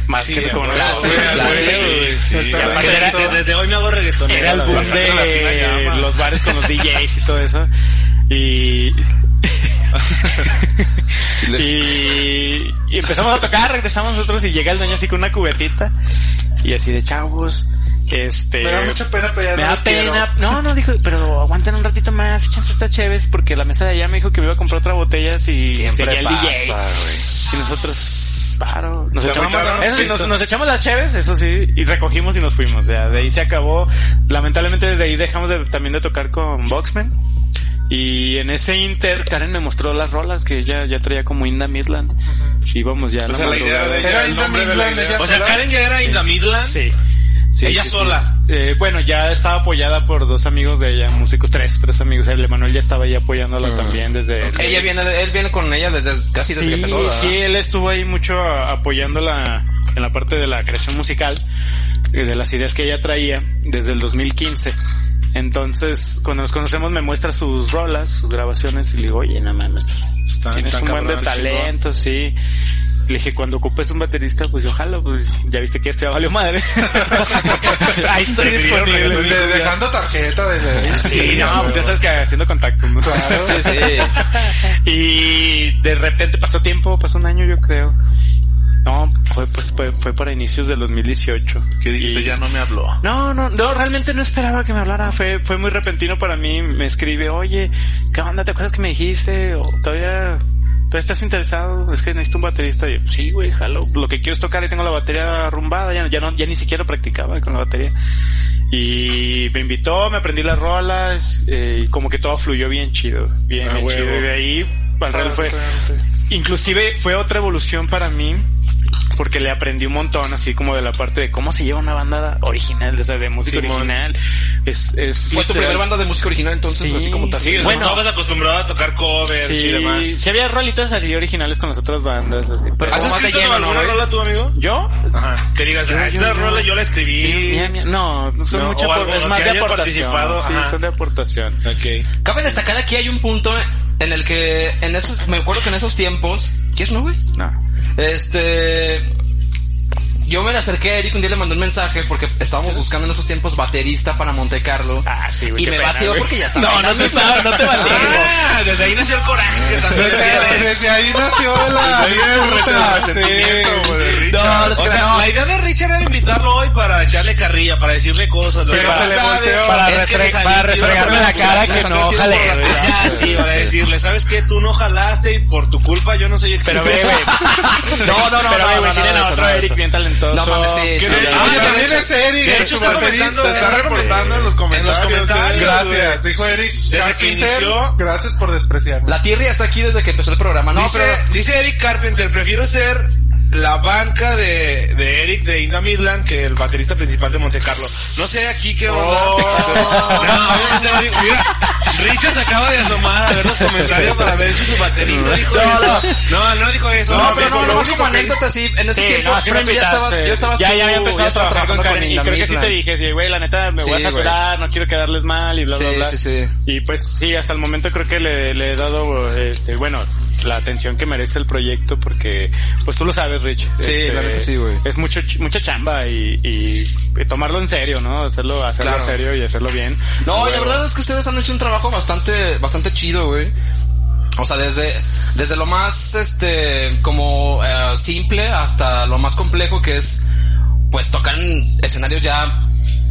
F: Más
C: Sí,
F: que como
C: a
F: nosotros,
B: huevo,
F: güey,
B: a
F: güey,
B: huevo.
F: güey.
C: Sí,
F: Y aparte
C: desde-
F: era-
C: desde hoy me hago reggaetonero.
F: Era el
C: la
F: boom
C: verdad.
F: de los bares con los DJs y todo eso. Y. y, y empezamos a tocar, regresamos nosotros y llega el dueño así con una cubetita. Y así de chavos. Este.
D: Me da mucha pena, pero ya
F: Me
D: no
F: da
D: los quiero.
F: pena. No, no, dijo, pero aguanten un ratito más, échense estas chéves, porque la mesa de allá me dijo que me iba a comprar otra botella si seguía
B: Siempre
F: el DJ.
B: pasa, güey.
F: Y nosotros, paro, nos
E: Se
F: echamos,
E: agüitaron,
F: eso sí,
E: sí,
F: nos, nos echamos las cheves, eso sí, y recogimos y nos fuimos. Ya, de ahí se acabó. Lamentablemente desde ahí dejamos de- también de tocar con Boxman. Y en ese inter, Karen me mostró las rolas que ella ya traía como Inda Midland. Y íbamos ya a
E: O sea, la idea
F: madrugada.
E: de
D: Era
E: ella, el
D: Inda
E: nombre de la
D: Midland,
E: idea.
D: ella-
C: O sea, Karen ya era Inda Midland.
F: Sí. Sí,
C: Ella
F: sí, sí.
C: sola.
F: Eh, bueno, ya estaba apoyada por dos amigos de ella, músicos, tres, tres amigos. El Emanuel ya estaba ahí apoyándola también desde...
B: Ella viene, él viene con ella desde casi desde
F: sí,
B: que empezó. ¿verdad?
F: sí, él estuvo ahí mucho a- apoyándola en la parte de la creación musical, eh, de las ideas que ella traía desde el 2015. Entonces, cuando nos conocemos me muestra sus rolas, sus grabaciones y le digo, oye, no mames,
E: Están-
F: tienes
E: Ah, están
F: un buen de
E: cabrón,
F: talento, sí. Le dije, cuando ocupes un baterista, pues yo jalo, pues ya viste que este ya valió
E: [LAUGHS]
F: madre. ahí estoy
E: Te pidieron
F: disponible.
D: De- Dejando tarjeta de...
F: Sí, no, pues ya sabes que haciendo contacto. ¿no?
E: [LAUGHS]
B: Sí, sí.
F: Y de repente pasó tiempo, pasó un año yo creo. No, fue pues fue, fue para inicios del 2018.
E: Que dijiste,
F: Y-
E: ya no me habló.
F: No, no, no, realmente no esperaba que me hablara, fue fue muy repentino para mí, me escribe, "Oye, ¿qué onda? ¿Te acuerdas que me dijiste? O todavía ¿Tú estás interesado? Es que necesito un baterista. Y yo, sí, güey, jalo. Lo que quiero es tocar y tengo la batería arrumbada. Ya, ya no, ya ni siquiera practicaba con la batería. Y me invitó, me aprendí las rolas, eh, y como que todo fluyó bien chido. Bien,
E: Ah,
F: bien
E: huevo.
F: chido. Y de ahí, al real fue, inclusive fue otra evolución para mí porque le aprendí un montón así como de la parte de cómo se lleva una banda original o sea de música
E: Simón.
F: original es, es
B: Fue tu
F: literal-
B: primera banda de música original entonces,
F: Sí.
B: así como tal.
F: Sí,
C: Sí,
F: Bueno.
C: bueno, estabas acostumbrado a tocar covers
F: sí,
C: y demás. Ah.
F: sí había rolitas así originales con las otras bandas así pero
B: Haces-
C: ¿Has
B: Más de
C: escrito
B: lleno,
C: alguna
B: ¿no, güey?
C: rola tu amigo?
F: yo
C: Ajá. Que digas, ah,
F: yo,
C: esta
F: yo.
C: rola yo la escribí.
F: Mía, mía, no son
C: No,
F: mucha
C: o
F: apor-
C: algo
F: es
C: que
F: más de
C: hayas
F: aportación
C: participado,
F: sí
C: ajá.
F: son de aportación
C: Ok.
B: Cabe destacar aquí hay un punto en el que en esos me acuerdo que en esos tiempos, ¿quieres no güey?
F: no
B: Este yo me le acerqué a Eric un día le mandé un mensaje porque estábamos buscando en esos tiempos baterista para Monte Carlo.
F: ah sí güey,
B: y
F: qué
B: me
F: pena,
B: bateó
F: güey.
B: porque ya estaba.
F: no
B: en
F: no
B: la
F: te
B: misma.
F: no, no te bateé
C: Ah, desde ahí nació el coraje. tanto que
D: Desde,
C: tienes.
D: desde ahí nació la abierta.
E: Resentimiento, güey,
D: Sí.
E: Richard.
B: No, los
C: O
B: que
C: sea,
B: no.
C: la idea de Richard era invitarlo hoy para echarle carrilla, para decirle cosas.
D: Pero
C: para,
D: se le volteó.
F: Para
C: es que
F: refre-
C: le salí-
F: para refregarme la cara
C: le
F: que
C: salí
F: no
C: un tiro
F: jalé,
C: por la
F: güey.
C: culata. Ah, sí, para decirle, ¿sabes qué? Tú no jalaste y por tu culpa yo no soy
F: pero
C: exitoso.
F: ve güey
B: No, no, no, no,
F: pero ve
B: no, no,
F: güey tienen
B: no,
F: a
B: no,
F: otro
B: no,
F: Eric
B: no.
F: bien talentoso
B: No mames, sí,
D: Que
B: sí,
D: de
B: ya.
D: hecho
C: Ah,
D: también
C: de-
D: es Eric.
C: de hecho
D: su
C: está
D: baterista,
C: comentando-
D: está
C: está
D: recomendando en los
C: en los
D: comentarios.
C: comentarios,
D: Eric.
C: güey.
D: gracias, dijo Eric.
C: que
D: Carpenter,
C: inició-
D: gracias por despreciarme.
B: La tierra está aquí desde que empezó el programa. No,
C: dice,
B: pero
C: dice Eric Carpenter, prefiero ser la banca de, de Eric de Inda Midland que el baterista principal de Monte Carlo. No sé aquí qué onda. [LAUGHS] No, obviamente no digo, mira, Richard se acaba de asomar a ver los comentarios para ver si su baterista dijo eso. No, no dijo eso.
F: No,
B: No, pero no,
F: lo
B: no,
F: único
B: como anécdota, sí, en ese
F: Sí,
B: tiempo,
F: no, sí
B: pues, Fran, ya
F: me invitaste.
B: estaba, yo estaba
F: ya, ya había empezado a trabajar con Karen y creo que sí te dije, sí, güey, la neta me voy
B: Sí,
F: a saturar, no quiero quedarles mal y bla, bla,
B: Sí,
F: bla.
B: sí, sí.
F: Y pues sí, hasta el momento creo que le, le he dado, este, bueno, la atención que merece el proyecto porque, pues tú lo sabes, Rich.
B: Sí,
F: Este,
B: la neta sí, güey.
F: Es mucho, ch- mucha chamba y, y- y tomarlo en serio, ¿no? Hacerlo, hacerlo
B: Claro.
F: serio y hacerlo bien.
B: No, y la
F: Luego-
B: verdad es que ustedes han hecho un trabajo bastante, bastante chido, güey. O sea, desde, desde lo más, este, como eh, simple hasta lo más complejo que es, pues, tocar en escenarios ya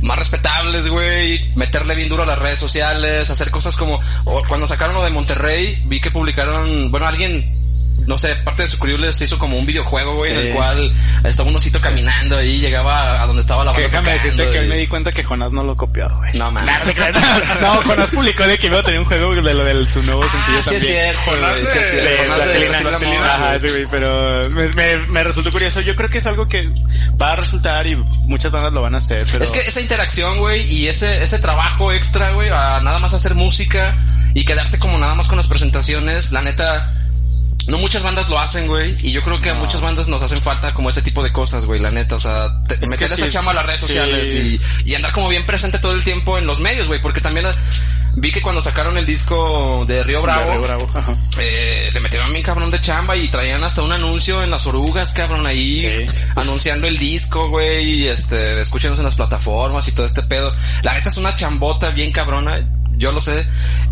B: más respetables, güey, meterle bien duro a las redes sociales, hacer cosas como o cuando sacaron lo de Monterrey, vi que publicaron, bueno, alguien no sé, parte de su crew les hizo como un videojuego, güey, en
F: Sí.
B: el cual estaba un osito caminando ahí, llegaba a donde estaba la
F: Que
B: banda
F: déjame
B: tocando
F: decirte que
B: y-
F: él me di cuenta que Jonás no lo copió, güey. [LAUGHS]
B: No, man.
F: No, Jonás publicó de que iba a tener un juego de lo del su nuevo sencillo
B: Ah, sí
F: también.
B: es cierto,
C: Jonás
B: güey, sí es
C: de-
B: cierto.
F: de
B: Jonás de
F: plastilina.
B: Plastilina Mosh,
F: Ajá,
B: güey.
F: sí, güey, pero me, me, me resultó curioso. Yo creo que es algo que va a resultar y muchas bandas lo van a hacer, pero...
B: Es que esa interacción, güey, y ese, ese trabajo extra, güey, a nada más hacer música y quedarte como nada más con las presentaciones, la neta, no muchas bandas lo hacen, güey, y yo creo que a muchas bandas nos hacen falta como ese tipo de cosas, güey, la neta, o sea, te- meter
F: que
B: esa
F: sí,
B: chama a las redes
F: sí.
B: sociales y, y andar como bien presente todo el tiempo en los medios, güey, porque también la- vi que cuando sacaron el disco de Río Bravo,
F: Bravo, bravo. ajá.
B: eh, le metieron bien cabrón de chamba y traían hasta un anuncio en las orugas, cabrón, ahí
F: Sí.
B: [LAUGHS] anunciando el disco, güey, y este, escúchenos en las plataformas y todo este pedo. La neta es una chambota bien cabrona, yo lo sé,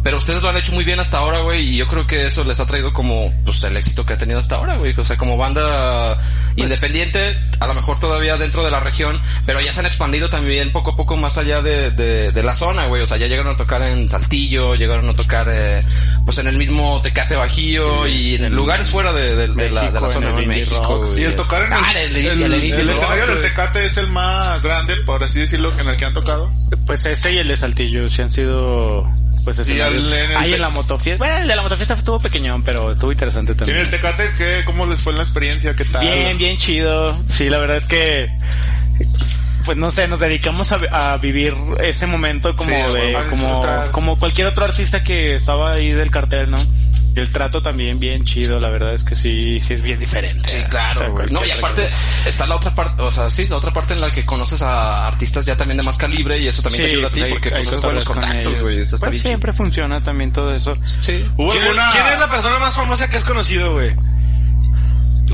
B: pero ustedes lo han hecho muy bien hasta ahora, güey, y yo creo que eso les ha traído como, pues, el éxito que ha tenido hasta ahora, güey. O sea, como banda
F: Pues
B: independiente, a lo mejor todavía dentro de la región, pero ya se han expandido también poco a poco más allá de, de, de la zona, güey. O sea, ya llegaron a tocar en Saltillo, llegaron a tocar, eh, pues, en el mismo Tecate Bajío y en lugares fuera de, de- de la, de
F: México,
B: la zona,
F: en el
B: ¿no?
F: Indie
B: México,
F: Rocks.
B: güey.
E: Y el tocar en el,
B: Ah, el,
E: el-
B: el- el
E: el
B: Indie Rocks,
E: escenario del
B: güey.
E: Tecate es el más grande, por así decirlo, en el que han tocado.
F: Pues ese y el de Saltillo se han sido... Pues ese...
E: al- en el-
F: Ahí en la motofiesta. Bueno, el de la motofiesta estuvo pequeñón, pero estuvo interesante
E: Y en
F: también.
E: el Tecate, ¿qué, ¿cómo les fue la experiencia? ¿Qué tal?
F: Bien, bien chido. Sí, la verdad es que... Pues no sé, nos dedicamos a, a vivir ese momento como
E: Sí, a
F: de...
E: huevo, a
F: Como,
E: disfrutar.
F: como cualquier otro artista que estaba ahí del cartel, ¿no? Y el trato también bien chido, la verdad es que sí, sí es bien diferente.
B: Sí,
F: A
B: claro, güey. No, y
F: cualquier
B: aparte
F: otra
B: está la otra parte, o sea, sí, la otra parte en la que conoces a artistas ya también de más calibre y eso también
F: Sí,
B: te ayuda a ti
F: pues ahí-
B: porque
F: ahí
B: pues, haces buenos
F: cotorreas con
B: contactos,
F: ellos.
B: güey. Eso está
F: Pues
B: bien
F: siempre funciona también todo eso.
B: chido. Sí.
E: ¿Hubo
C: ¿Quién,
E: alguna-
C: quién es la persona más famosa que has conocido, güey?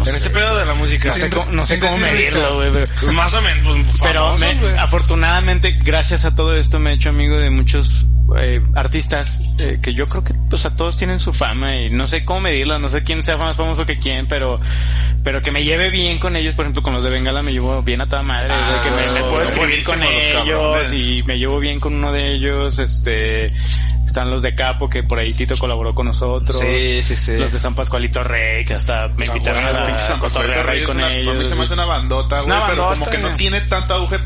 C: en este pedo de la música.
F: No sé cómo, no sé cómo medirlo, güey, pero...
C: Más o menos, pues,
F: Pero
C: famosos,
F: me-
C: güey.
F: afortunadamente, gracias a todo esto, me he hecho amigo de muchos eh, artistas eh, que yo creo que, pues, a todos tienen su fama y no sé cómo medirla, no sé quién sea más famoso que quién, pero, pero que me lleve bien con ellos, por ejemplo, con los de Bengala me llevo bien a toda madre, güey, que me, me puedo
E: Ah, son
F: escribir con
E: buenísimos los
F: ellos
E: cabrones.
F: y me llevo bien con uno de ellos, este, están los de Capo, que por ahí Tito colaboró con nosotros.
B: Sí, sí, sí.
F: Los de San Pascualito Rey, que hasta me invitaron
E: Bueno,
F: a
E: pinche
F: la
E: San Pascualito
F: cotorrear ahí
E: Reyes
F: con
E: una- Para mí
F: ellos.
E: se me hace una bandota,
F: Es
E: güey,
F: una
E: pero como
F: bandota,
E: que no
F: güey.
E: tiene tanto auge,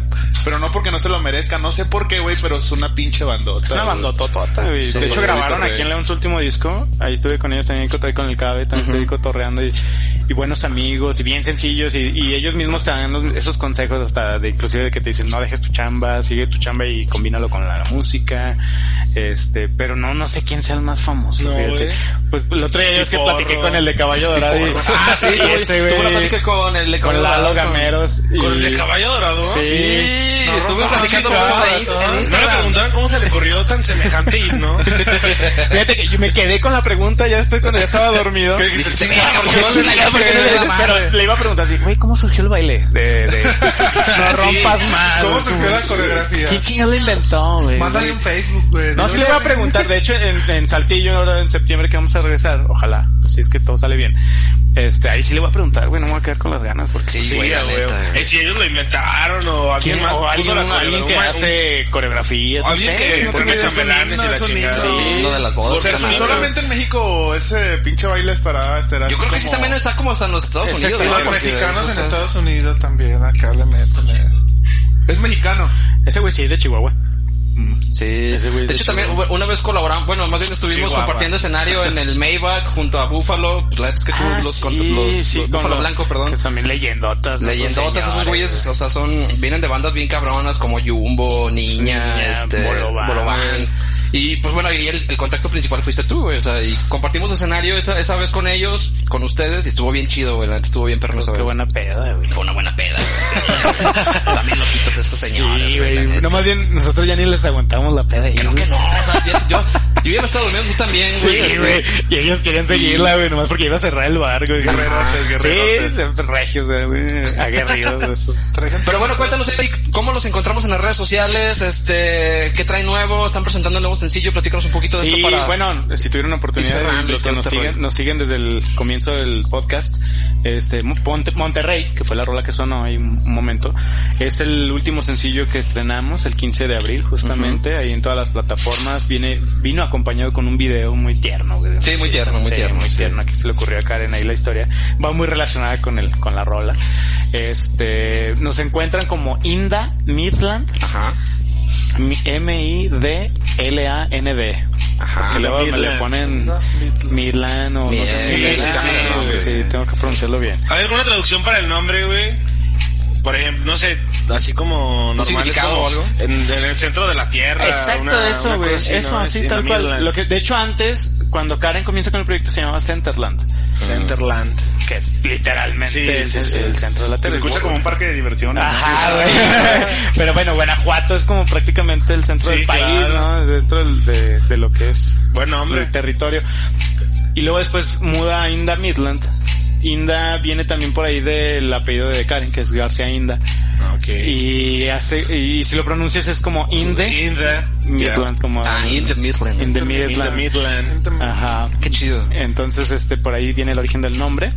E: pero no porque no se lo merezca, no sé por qué, güey, pero es una pinche bandota.
F: Es una
E: güey.
F: bandototota, güey.
E: Sí,
F: de hecho,
E: güey,
F: grabaron
E: ahorita,
F: aquí en
E: güey.
F: León su último disco. Ahí estuve con ellos también, cotorreé con el Cabe, también estuve cotorreando y, y buenos amigos y bien sencillos. Y, y ellos mismos te dan los- esos consejos hasta de inclusive de que te dicen, no dejes tu chamba, sigue tu chamba y combínalo con la música. Este, pero no, no sé quién sea el más famoso.
C: No,
F: fíjate.
C: güey.
F: Pues el otro día yo es que
C: Porro.
F: platiqué con el de Caballo Dorado. [LAUGHS] y-
B: Ah, sí,
F: y
B: tuve-
F: ese,
B: tuve
F: güey,
B: una plática con el de
F: con
B: Caballo
F: Lalo
B: Dorado, con-
F: Gameros.
C: Con
F: y-
C: el de caballo dorado.
F: Sí.
B: Sí,
C: No,
B: estuve
C: no,
B: platicando
C: no,
B: con eso
C: no,
B: de Insta- en
C: No le
B: Instagram.
C: preguntaron cómo se le corrió tan semejante
F: [LAUGHS]
C: himno.
F: Fíjate que yo me quedé con la pregunta ya después cuando ya estaba dormido.
E: ¿Qué dices?
B: Sí, ¿por qué no le
F: [LAUGHS]
B: digas que no le digas?
F: Pero le iba a preguntar, así, güey, ¿cómo surgió el baile? De, de, [LAUGHS] no rompas más.
D: ¿Cómo se queda la coreografía?
F: ¿Quién chingados lo inventó, güey?
D: Mándale un Facebook, güey.
F: No, sí le voy a preguntar. De hecho, en, en Saltillo, ahora en septiembre que vamos a regresar, ojalá, pues, si es que todo sale bien. Este, ahí sí le voy a preguntar, güey, no me voy a quedar con las ganas porque
B: Sí,
F: pues,
B: güey, la
F: güey,
B: neta.
C: Eh, si ellos lo inventaron o alguien
F: ¿Quién
C: más.
F: o
C: puso
F: alguien,
C: la
F: alguien que
C: coreografía, un-
F: hace coreografías? no
C: Alguien
F: sé,
C: que
F: no
C: pone
F: tengo idea.
C: chambelanes y la
E: son
C: chingada.
E: himnos.
B: Sí, lo de las bodas.
E: O sea,
B: carnal.
E: solamente en México ese pinche baile estará, estará
B: Yo
E: así
B: creo que sí
E: como-
B: también está como hasta en los Estados
D: Exacto,
B: Unidos.
D: y
B: ¿no?
D: los
B: Porque
D: mexicanos
B: eso
D: en
B: está-
D: Estados Unidos también acá le meten. eh.
E: Es mexicano.
F: Ese güey sí es de Chihuahua.
B: Sí. De
F: güey de
B: hecho, también hubo- una vez colaboramos, bueno, más bien estuvimos
C: Chihuahua.
B: compartiendo escenario en el Maybach junto a Buffalo. Pues la neta es que tú
F: Ah,
B: los,
F: sí,
B: cont- los,
F: sí,
B: los-
F: con
B: Buffalo
F: los-
B: Blanco, perdón.
F: que también leyendotas. ¿no?
B: Leyendotas esos
F: Señores,
B: güeyes, o sea, son, vienen de bandas bien cabronas como Jumbo, Niña,
F: Niña,
B: este,
F: Bolobán.
B: Bolobán. Y pues bueno, y el, el contacto principal fuiste tú, güey, o sea, y compartimos escenario esa, esa vez con ellos, con ustedes, y estuvo bien chido, güey, la neta estuvo bien perro esa
F: Pues, Qué
B: vez.
F: buena peda, güey.
B: pues. Fue una buena peda, güey, sí. También loquitos estos señores,
F: Sí,
B: la
F: güey.
B: neta.
F: No, más bien, nosotros ya ni les aguantamos la peda. ahí,
B: Que no,
F: güey.
B: que no, o sea, yo, yo, yo ya me estaba durmiendo, tú también, güey.
F: Sí,
B: este,
F: güey. Y ellos querían seguirla, güey, nomás porque iba a cerrar el bar, güey.
E: Guerrerotes, guerrerotes.
F: Sí, regios, güey. Aguerridos, esos.
B: Pero bueno, cuéntanos, Eric, ¿cómo los encontramos en las redes sociales? Este, ¿qué trae nuevo? ¿Están presentando nuevos sencillo, platícanos un poquito de
F: Sí,
B: esto para...
F: bueno, si tuvieron
B: Y
F: oportunidad,
B: cerrando
F: los
B: y
F: que
B: todo
F: nos
B: este rollo.
F: siguen, nos siguen desde el comienzo del podcast, este Monte- Monterrey, que fue la rola que sonó ahí un un momento, es el último sencillo que estrenamos el 15 de abril, justamente, ahí en todas las plataformas. Viene, vino acompañado con un video muy tierno, güey.
B: Sí, muy tierno, muy
F: sí,
B: tierno,
F: Muy
B: sí.
F: tierno, que se le ocurrió a Karen ahí la historia. Va muy relacionada con el, con la rola. Este, nos encuentran como Inda Midland
B: Ajá.
F: mi- M-I-D-L-A-N-D.
B: Ajá.
F: Que luego me le ponen Midland o no sé si-
B: Midland,
F: sí,
C: sí,
F: sí,
C: güey.
F: sí, tengo que pronunciarlo bien.
C: ¿Hay alguna traducción para el nombre, güey? Por ejemplo, no sé, así como normal.
B: significado
C: como
B: o algo?
C: En, en el centro de la tierra.
F: Exacto,
C: Ah, una- una
F: eso, güey.
C: cosa así,
F: Eso,
C: ¿no?
F: así,
C: en
F: tal
C: la
F: cual.
C: Midland.
F: Lo que, de hecho, antes, cuando Karen comienza con el proyecto, se llamaba Centerland.
C: Ah, Centerland.
F: Que
C: Sí,
F: literalmente es
C: sí,
F: el-
C: sí.
F: el centro de la
E: Se
F: Tierra.
E: escucha como un parque de diversión. ¿no?
F: Ajá, güey. Pero bueno, Guanajuato es como prácticamente el centro
C: Sí,
F: del país,
C: claro.
F: ¿no? Dentro del- de, de lo que es
C: Buen
F: el
C: nombre.
F: territorio. Y luego después muda a Inda Midland. Inda viene también por ahí del apellido de Karen, que es García Inda.
C: Okay.
F: Y hace, y si lo pronuncias es como Inde
C: In the
F: Midland, como
B: Ah, in the Midland.
F: In the
C: Yeah. In the
F: Midland.
C: Midland.
F: Ajá.
B: Qué chido.
F: Entonces, este, por ahí viene el origen del nombre.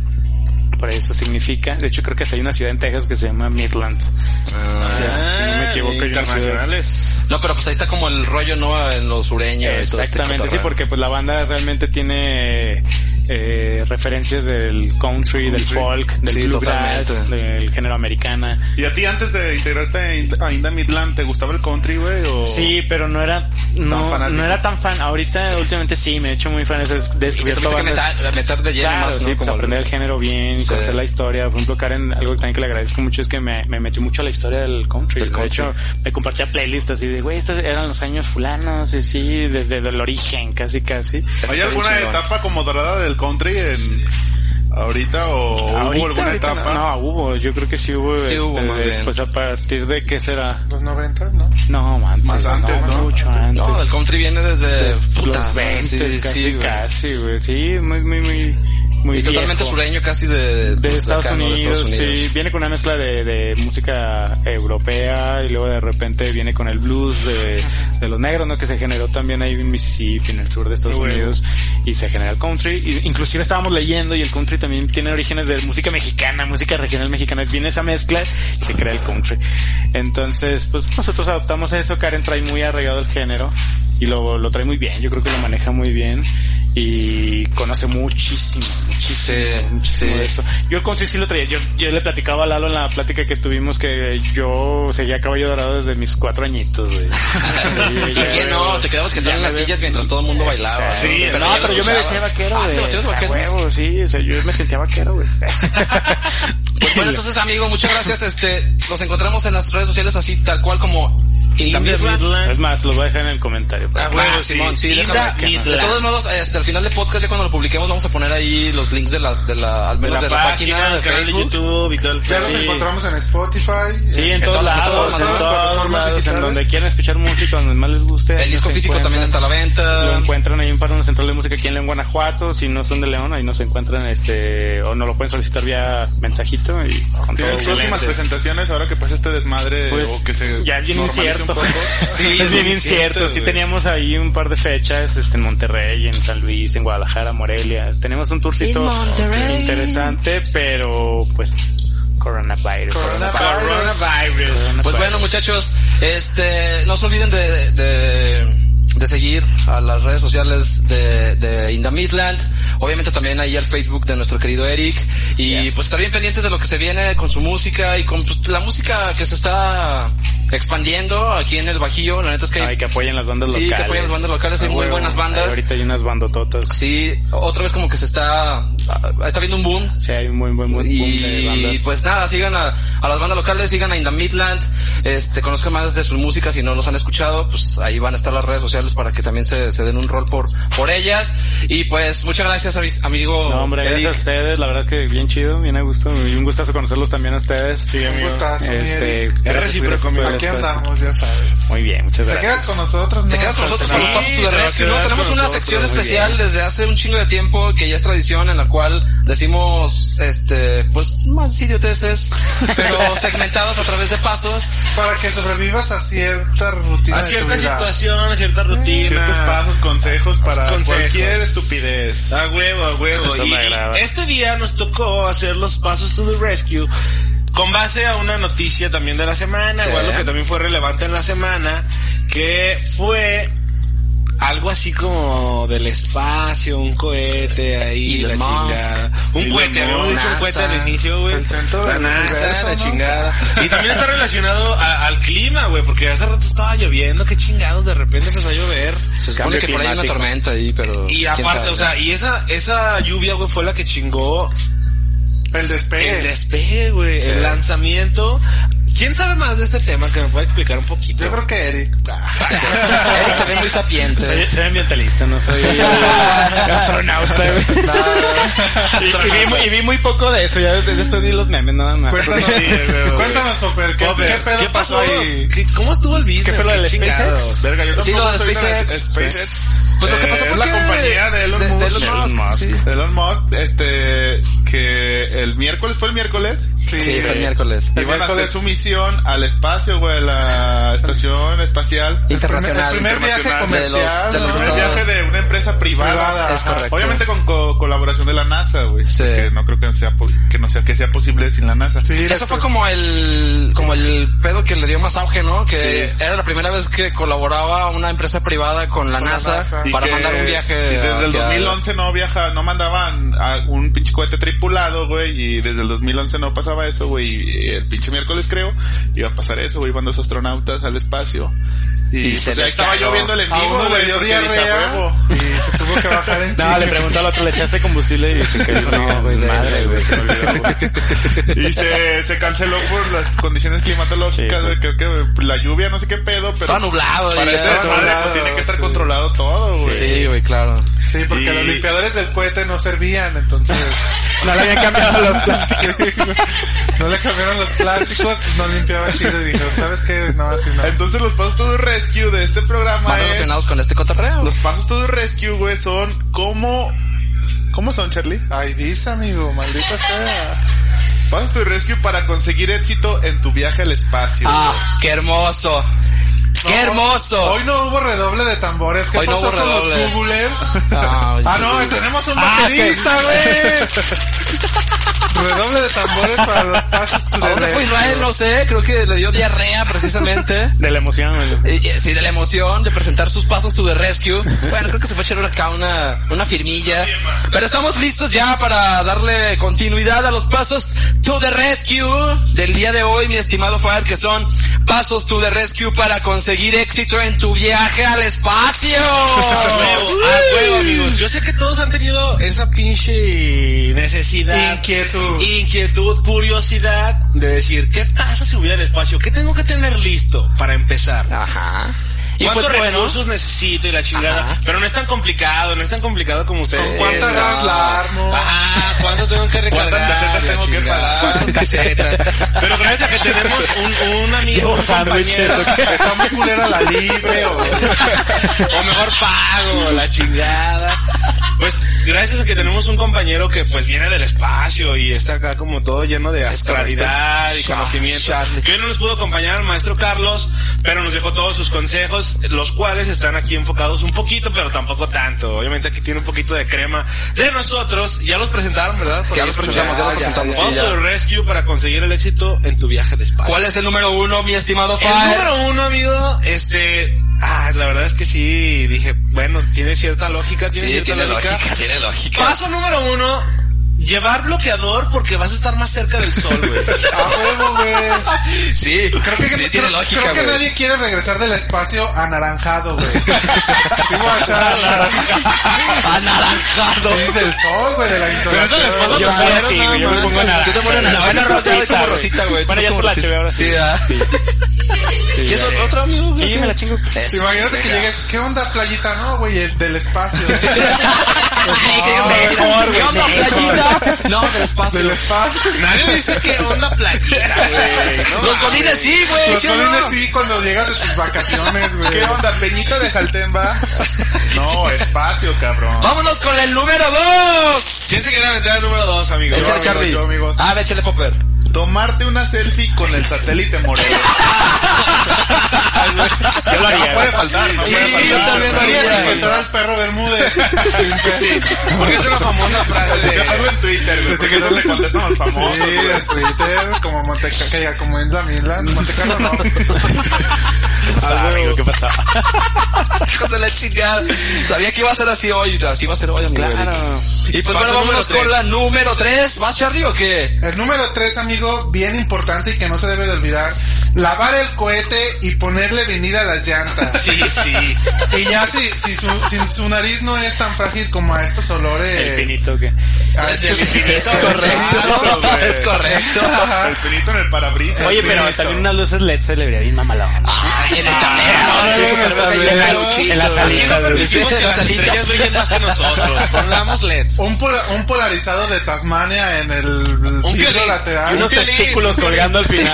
F: Por eso significa, de hecho creo que hasta hay una ciudad en Texas que se llama Midland.
B: Ah.
F: si no me
C: Ah,
F: equivoco, hay una
C: internacionales.
B: No, pero pues ahí está como el rollo, ¿no? En los sureños. y todo este
F: Exactamente, sí,
B: cotorreo.
F: porque pues la banda realmente tiene eh, referencias del country, del folk, del
B: Sí,
F: bluegrass,
B: totalmente.
F: del género americana.
E: ¿Y a ti antes de integrarte a Ind- a Inda Midland, te gustaba el country, güey? O...
F: Sí, pero no era no,
E: fanático.
F: no era tan fan. Ahorita últimamente sí, me he hecho muy fan. Es es-
B: Y te
F: descubierto
B: tuviste que
F: bandas.
B: meter, meter de lleno
F: Claro,
B: más, ¿no?
F: sí, pues
B: Como el-
F: aprender el género bien y
B: Sí.
F: conocer la historia. Por ejemplo, Karen, algo también que le agradezco mucho es que me, me metió mucho a la historia del country.
B: Del
F: de
B: country.
F: hecho, me compartía playlists así de, güey, estos eran los años fulanos y sí, desde el origen, casi, casi.
B: Eso
E: ¿Hay
B: está bien
E: alguna
B: chingón.
E: etapa como dorada del country en ahorita o
F: Ahorita,
E: hubo alguna
F: ahorita No,
E: etapa?
F: no, hubo, yo creo que sí hubo.
B: Sí hubo, más bien.
F: pues a partir de qué será.
D: Los 90, ¿no?
F: No, antes,
E: Más antes, ¿no?
F: Mucho antes.
B: No, el country viene desde...
F: los 20,
B: sí,
F: casi,
B: sí, güey.
F: casi, güey. Sí, muy, muy, muy, muy
B: Y totalmente
F: viejo.
B: sureño casi de... pues,
F: de
B: de
F: Estados,
B: acá, ¿no? De
F: Unidos,
B: Estados
F: sí, viene con una mezcla de, de música europea y luego de repente viene con el blues de, de los negros, ¿no? Que se generó también ahí en Mississippi, en el sur de Estados
C: Bueno.
F: Unidos, y se genera el country. Y inclusive estábamos leyendo y el country también tiene orígenes de música mexicana, música regional mexicana, viene esa mezcla y se crea el country. Entonces, pues nosotros adoptamos eso, Karen trae muy arraigado el género y lo, lo trae muy bien, yo creo que lo maneja muy bien y conoce muchísimo, muchísimo,
B: Sí,
F: pues, muchísimo
B: sí.
F: de esto. Yo el country sí lo traía. Yo, yo le platicaba a Lalo en la plática que tuvimos que yo seguía Caballo Dorado desde mis cuatro añitos, güey.
B: [LAUGHS]
F: Sí,
B: ¿Y
F: ya,
B: quién no?
F: güey.
B: Te quedabas que
F: Ya
B: en las
F: me-
B: sillas mientras todo el mundo bailaba.
F: Sí,
C: Sí,
F: no, pero yo me decía vaquero,
B: Ah,
F: güey.
B: te decías
F: O sea,
B: vaquero.
F: huevo, sí, o sea, yo me sentía vaquero, güey.
B: Pues bueno, entonces, amigo, muchas gracias. Este, nos encontramos en las redes sociales así, tal cual como...
C: In the
B: Inda Midland.
C: Midland.
F: Es más, los voy a dejar en el comentario. pues.
C: Ah,
B: Ah,
C: bueno, sí.
B: Simón, sí,
C: In
B: déjame
C: the
B: que- De
C: Midland.
B: todos modos, este, al final del podcast, ya cuando lo publiquemos, vamos a poner ahí los links de las, de la, al
C: de
B: menos
C: la,
B: de la
C: página,
B: página,
C: del
B: de
C: canal de
B: Facebook.
C: YouTube y todo el
D: Ya
C: pedo.
D: los
C: Sí.
D: encontramos en Spotify. eh,
F: Sí, en, todos
B: todas- en
F: lados,
B: todas-
F: en
B: en
D: todas las
F: todos
D: plataformas
F: lados, en
D: digitales.
F: donde quieran escuchar música, donde más les guste.
B: El
F: ahí
B: disco
F: nos
B: físico también
F: encuentran.
B: está a la
F: Lo
B: venta.
F: encuentran ahí en para una central de música aquí en León, Guanajuato. Si no son de León, ahí nos encuentran, este, o no lo pueden solicitar vía mensajito y con todo
E: ¿Tienes
F: gusto.
E: próximas presentaciones ahora que pasa este desmadre
F: Pues,
E: o que se
F: ya es bien
E: normalice
F: incierto. [LAUGHS]
E: un poco?
F: Sí, es bien incierto. Sí
C: güey.
F: teníamos ahí un par de fechas, este, en Monterrey, en San Luis, en Guadalajara, Morelia. Tenemos un tourcito interesante, pero pues, coronavirus.
C: Coronavirus.
B: Pues bueno, muchachos, este, no se olviden de, de, de seguir a las redes sociales de, de Inda Midland. Obviamente también ahí al Facebook de nuestro querido Eric. Y pues estar bien pendientes de lo que se viene con su música y con pues, la música que se está expandiendo aquí en el Bajío. La neta es que
F: Ay, que apoyen las bandas
B: Sí, que
F: locales.
B: apoyen las bandas locales, hay
F: Ah,
B: muy
F: huevo.
B: buenas bandas.
F: Ay, ahorita hay unas bandototas.
B: sí, otra vez como que se está, está viendo un boom
F: Sí, hay un buen, buen, buen boom de
B: y
F: bandas.
B: pues nada, sigan a, a las bandas locales, sigan a Inda Midland, este, conozcan más de sus músicas si no los han escuchado, pues ahí van a estar las redes sociales para que también se, se den un rol por, por ellas. Y pues muchas gracias a mis- amigo.
F: No, hombre,
B: Eric.
F: gracias a ustedes. La verdad que bien chido, bien a gusto. Y un gustazo conocerlos también a ustedes.
C: Sí,
D: Un
C: amigo.
D: gustazo, mi
F: Este,
D: Eric.
F: gracias,
C: recíproco,
F: gracias,
C: amigo.
D: aquí
F: después.
D: andamos, ya sabes.
F: Muy bien, muchas
D: Te
F: gracias.
D: quedas con nosotros, ¿no?
B: Te quedas con nosotros con los
C: Sí,
B: pasos
C: se va
B: de
C: a
B: rescue, ¿no?
C: quedar
B: Tenemos
C: con
B: una
C: nosotros,
B: sección
C: muy
B: especial desde hace un chingo de tiempo que ya es tradición en la cual decimos, este, pues más idioteces, pero
C: [LAUGHS]
B: segmentados a través de pasos.
D: Para que sobrevivas a cierta rutina.
C: A
D: de tu
C: Ah, cierta
D: vida.
C: situación, a cierta
E: Ciertos
C: rutina.
E: pasos, consejos para
C: Consejos.
E: cualquier estupidez.
C: A huevo, a huevo.
F: Eso
C: Y,
F: me
C: y
F: agrada.
C: este día nos tocó hacer los pasos to the rescue con base a una noticia también de la semana,
B: Sí.
C: o algo que también fue relevante en la semana, que fue algo así como del espacio, un cohete ahí,
B: Elon
C: la
B: Musk.
C: chingada. Un
B: Elon
C: cohete, habíamos
B: Musk.
C: dicho un
B: NASA.
C: cohete al inicio, güey.
D: El centro
C: La
D: del
C: NASA,
D: universo,
C: la
D: ¿no?
C: chingada. Y también está relacionado a- al clima, güey, porque hace rato estaba lloviendo, qué chingados, de repente empezó a llover.
B: Se supone
F: Cambio
B: que por ahí hay una
F: climático.
B: tormenta ahí, pero...
C: Y
B: Pues, quién
C: aparte,
B: sabe,
C: o [LAUGHS] sea, y esa, esa lluvia, güey, fue la que chingó
D: El despegue.
C: el despegue, güey,
B: Sí.
C: el lanzamiento. ¿Quién sabe más de este tema que me pueda explicar un poquito?
D: Yo creo que Eric.
B: Eric se ve muy sapiente.
F: Soy, soy ambientalista, no soy astronauta. güey. Y, y vi, muy- y vi muy poco de eso, ya desde después vi los memes nada más.
D: Cuéntanos,
E: Sí, güey.
D: cuéntanos, Popper, ¿qué,
C: Popper,
D: ¿qué pedo
C: ¿Qué pasó?
D: pasó ahí?
C: ¿Qué- ¿Cómo estuvo el business?
F: ¿Qué fue lo del
C: chingados?
F: SpaceX?
E: Verga, yo
B: Sí,
E: tampoco
B: lo de
E: soy tan-
B: SpaceX.
E: SpaceX.
B: Pues lo que
E: Eh,
B: pasó
E: es
B: fue
E: la
B: que-
E: compañía de Elon
B: de- de
E: Musk.
B: Elon Musk, sí.
E: De Elon Musk, este, que el miércoles, ¿fue el miércoles?
B: Sí, fue el
E: eh,
B: miércoles.
D: El
E: Iban a hacer
D: miércoles.
E: su misión al espacio, güey, [LAUGHS] la estación espacial.
B: Internacional.
D: El primer viaje
E: internacional
B: de los-
D: comercial.
B: de los
D: ¿no?
E: Un
B: Estados-
E: viaje de una empresa privada.
D: Privada,
B: es
E: Ajá.
B: correcto.
E: Obviamente con co- colaboración de la NASA, güey.
B: Sí.
E: Que no creo que sea, po- que no sea, que sea posible sin la NASA.
D: Sí,
B: Eso fue como el, como el pedo que le dio más auge, ¿no? Que era la primera vez que colaboraba una empresa privada con la
D: la
B: NASA,
D: NASA.
E: Y
B: para
E: que-
B: mandar un viaje.
E: Y desde el
B: hacia-
E: 2011 no viaja, no mandaban a un pinche cohete tripulado, güey. Y desde el 2011 no pasaba eso, güey. Y eh, el pinche miércoles creo iba a pasar eso, güey. Iban dos astronautas al espacio.
B: Y
E: Y,
B: se
E: pues, ahí
B: les
E: estaba
B: cayó.
E: yo viendo el en
D: A
E: vivo,
D: uno
E: güey.
D: le dio
E: porque dije, "A
D: diarrea
E: huevo".
D: y se tuvo que bajar en
F: No,
D: chinga.
F: le pregunto al otro, ¿le echaste combustible? Y se cayó. No, güey, madre, güey. se me olvidó, güey.
E: Y se, se canceló por las condiciones climatológicas,
F: Sí,
E: güey. Creo que la lluvia, no sé qué pedo, pero
B: Estaba nublado.
E: para
B: y
E: este
B: ya-
E: desmadre pues,
D: nublado,
E: tiene que estar
D: sí.
E: controlado todo, güey.
B: Sí, güey, claro.
D: Sí, porque
E: Y-
D: los limpiadores del cohete no servían, entonces
F: No le habían cambiado los plásticos.
D: [LAUGHS] no le cambiaron los plásticos, no limpiaba chido y dijo, ¿sabes qué? No, así no.
E: Entonces los pasos todo rescue de este programa
B: Más
E: es...
B: relacionados con este cotorreo.
E: Los pasos todo rescue, güey, son cómo... ¿Cómo son, Charlie?
D: Ay, dice amigo, maldita sea.
E: Pasos todo rescue para conseguir éxito en tu viaje al espacio.
B: Ah, qué hermoso. Qué hermoso.
D: Hoy no hubo redoble de tambores. ¿Qué
B: Hoy no
D: pasó
B: hubo
D: con
B: redoble.
D: los Googlers?
B: Ah,
D: Ah, no, tenemos un baterista, güey. Redoble de tambores para los pasos. to the
B: ¿Dónde fue
D: left.
B: Israel? No sé, creo que le dio diarrea precisamente.
F: [LAUGHS] De la emoción, güey.
B: Y- y- Eh, Sí, de la emoción de presentar sus pasos to the rescue. Bueno, creo que se fue a echar acá una, una firmilla. Pero estamos listos ya para darle continuidad a los pasos to the rescue del día de hoy, mi estimado Faber, que son pasos to the rescue para conseguir éxito en tu viaje al espacio.
C: A huevo, a Ah, huevo, amigos. Yo sé que todos han tenido esa pinche necesidad.
D: Inquietud.
C: Inquietud, curiosidad de decir, ¿qué pasa si hubiera el espacio? ¿Qué tengo que tener listo para empezar?
B: Ajá. Y
C: ¿Cuántos
B: pues, bueno,
C: recursos necesito y la chingada?
B: Ajá.
C: Pero no es tan complicado, no es tan complicado como ustedes.
D: ¿Con cuántas
C: piensan.
D: horas la armo?
C: Ajá, ¿cuánto tengo que recargar?
E: ¿Cuántas casetas
C: Y la
E: tengo que
C: chingada.
E: pagar?
C: ¿Cuántas casetas? Pero gracias a que tenemos un, un amigo, un compañero,
D: Está muy culera la libre o...
C: o mejor pago, la chingada. Pues gracias a que tenemos un compañero que pues viene del espacio y está acá como todo lleno de astralidad y
B: correcto.
C: conocimiento.
B: Charlie.
C: Que hoy no nos pudo acompañar el maestro Carlos, pero nos dejó todos sus consejos, los cuales están aquí enfocados un poquito, pero tampoco tanto. Obviamente aquí tiene un poquito de crema de nosotros. Ya los presentaron, ¿verdad? Por
B: Ya
C: ahí
B: los
C: escuchamos.
B: presentamos, ya los presentamos, sí,
C: Vamos
B: ya.
C: por el rescue para conseguir el éxito en tu viaje al espacio.
B: ¿cuál es el número uno, mi estimado
C: El
B: Faber?
C: número uno, amigo, este, ah, la verdad es que sí, dije, bueno, tiene cierta lógica, tiene
B: Sí,
C: cierta
B: tiene
C: lógica.
B: lógica, tiene lógica.
C: Paso número uno, llevar bloqueador porque vas a estar más cerca del sol, [LAUGHS] güey.
D: A huevo, Ah, güey.
B: Sí, creo que sí, tiene
D: creo-
B: lógica,
D: Creo que
B: güey.
D: nadie quiere regresar del espacio anaranjado, güey. Digo, a echar
B: [LAUGHS] Ah, Anaranjado.
D: Sí, del sol, güey, de la insolación.
C: les pasa a
F: Yo
C: tus
F: soy
C: suegros
F: así,
C: nada
F: güey, yo me
C: más,
F: pongo
C: güey.
F: naranja.
B: Tú te pones naranja,
F: Bueno,
B: rosita,
F: rosita,
B: como
F: güey.
B: rosita, güey.
F: Bueno,
B: Tú
F: ya
B: como
F: te la
B: rosita.
F: llevé ahora sí.
B: ¿verdad? ¿Quieres
F: ya.
B: otro amigo?
F: Sí, me la chingo.
B: Es-
D: Imagínate que
B: Venga.
D: llegues, ¿qué onda playita? No, güey, el del espacio.
B: Ay, qué mejor, ¿Qué onda, playita? No, del espacio.
D: del espacio.
C: Nadie dice que onda plaquita, güey. No
B: Los
C: mames.
B: godines sí, güey.
D: Los
B: ¿sí o no?
D: godines sí cuando llegas de tus vacaciones, güey.
E: ¿Qué onda? ¿Peñita de Jaltén
D: [LAUGHS]
E: va? No, espacio, cabrón.
B: Vámonos con el número dos.
C: ¿Quién se quiere aventar el número dos, amigo?
E: Yo,
B: Échale,
E: amigos,
B: Charlie.
E: yo, amigos.
B: Ah, ve, échale popper.
E: Tomarte una selfie con el satélite Morelos.
F: Yo lo
E: No puede
D: ¿eh?
F: haría.
E: faltar, no
B: Sí,
E: puede
B: yo
E: faltar.
B: también lo
E: güey.
B: haría.
D: Tienes que encontrar al perro [LAUGHS] Bermúdez.
C: Sí, porque es una famosa frase
D: [LAUGHS]
E: Yo
C: de...
E: hago en Twitter, güey, porque eso le contestan los
D: Sí,
E: famosos.
D: en Twitter, como Montecarlo, que diga, como en la
E: [LAUGHS]
D: Milán, Montecarlo no.
F: ¿Qué pasaba, amigo? ¿Qué pasaba?
B: Hijo de la chingada. Sabía que iba a ser así hoy. Así iba a ser hoy, amigo.
F: Claro.
B: Y pues
C: Paso
B: bueno, vámonos
C: número
B: con la número tres. ¿Vas, Charlie, o qué?
D: El número tres, amigo, bien importante y que no se debe de olvidar, lavar el cohete y ponerle vinil a las llantas.
C: Sí, sí.
D: Y ya si, si, su, si su nariz no es tan frágil como a estos olores.
F: El pinito que.
D: a
B: Es
D: estos-
B: correcto. Es correcto.
E: El pinito en el parabrisas.
F: Oye,
E: el
F: pero
E: pinito.
F: también unas luces LED se le vería bien mamalón.
B: Ay, en el tablero.
F: Ah,
B: sí,
F: sí,
B: pero
F: pero
B: en el
F: en la-
B: peluchito.
F: en la salita,
B: Aquí no
F: güey.
B: permitimos que las estrellas brillen más que nosotros. Pongamos LEDs.
D: Un, pola- un polarizado de Tasmania en el
B: Un
D: vidrio
B: violín.
D: lateral.
F: Y unos
B: violín.
F: testículos colgando al final.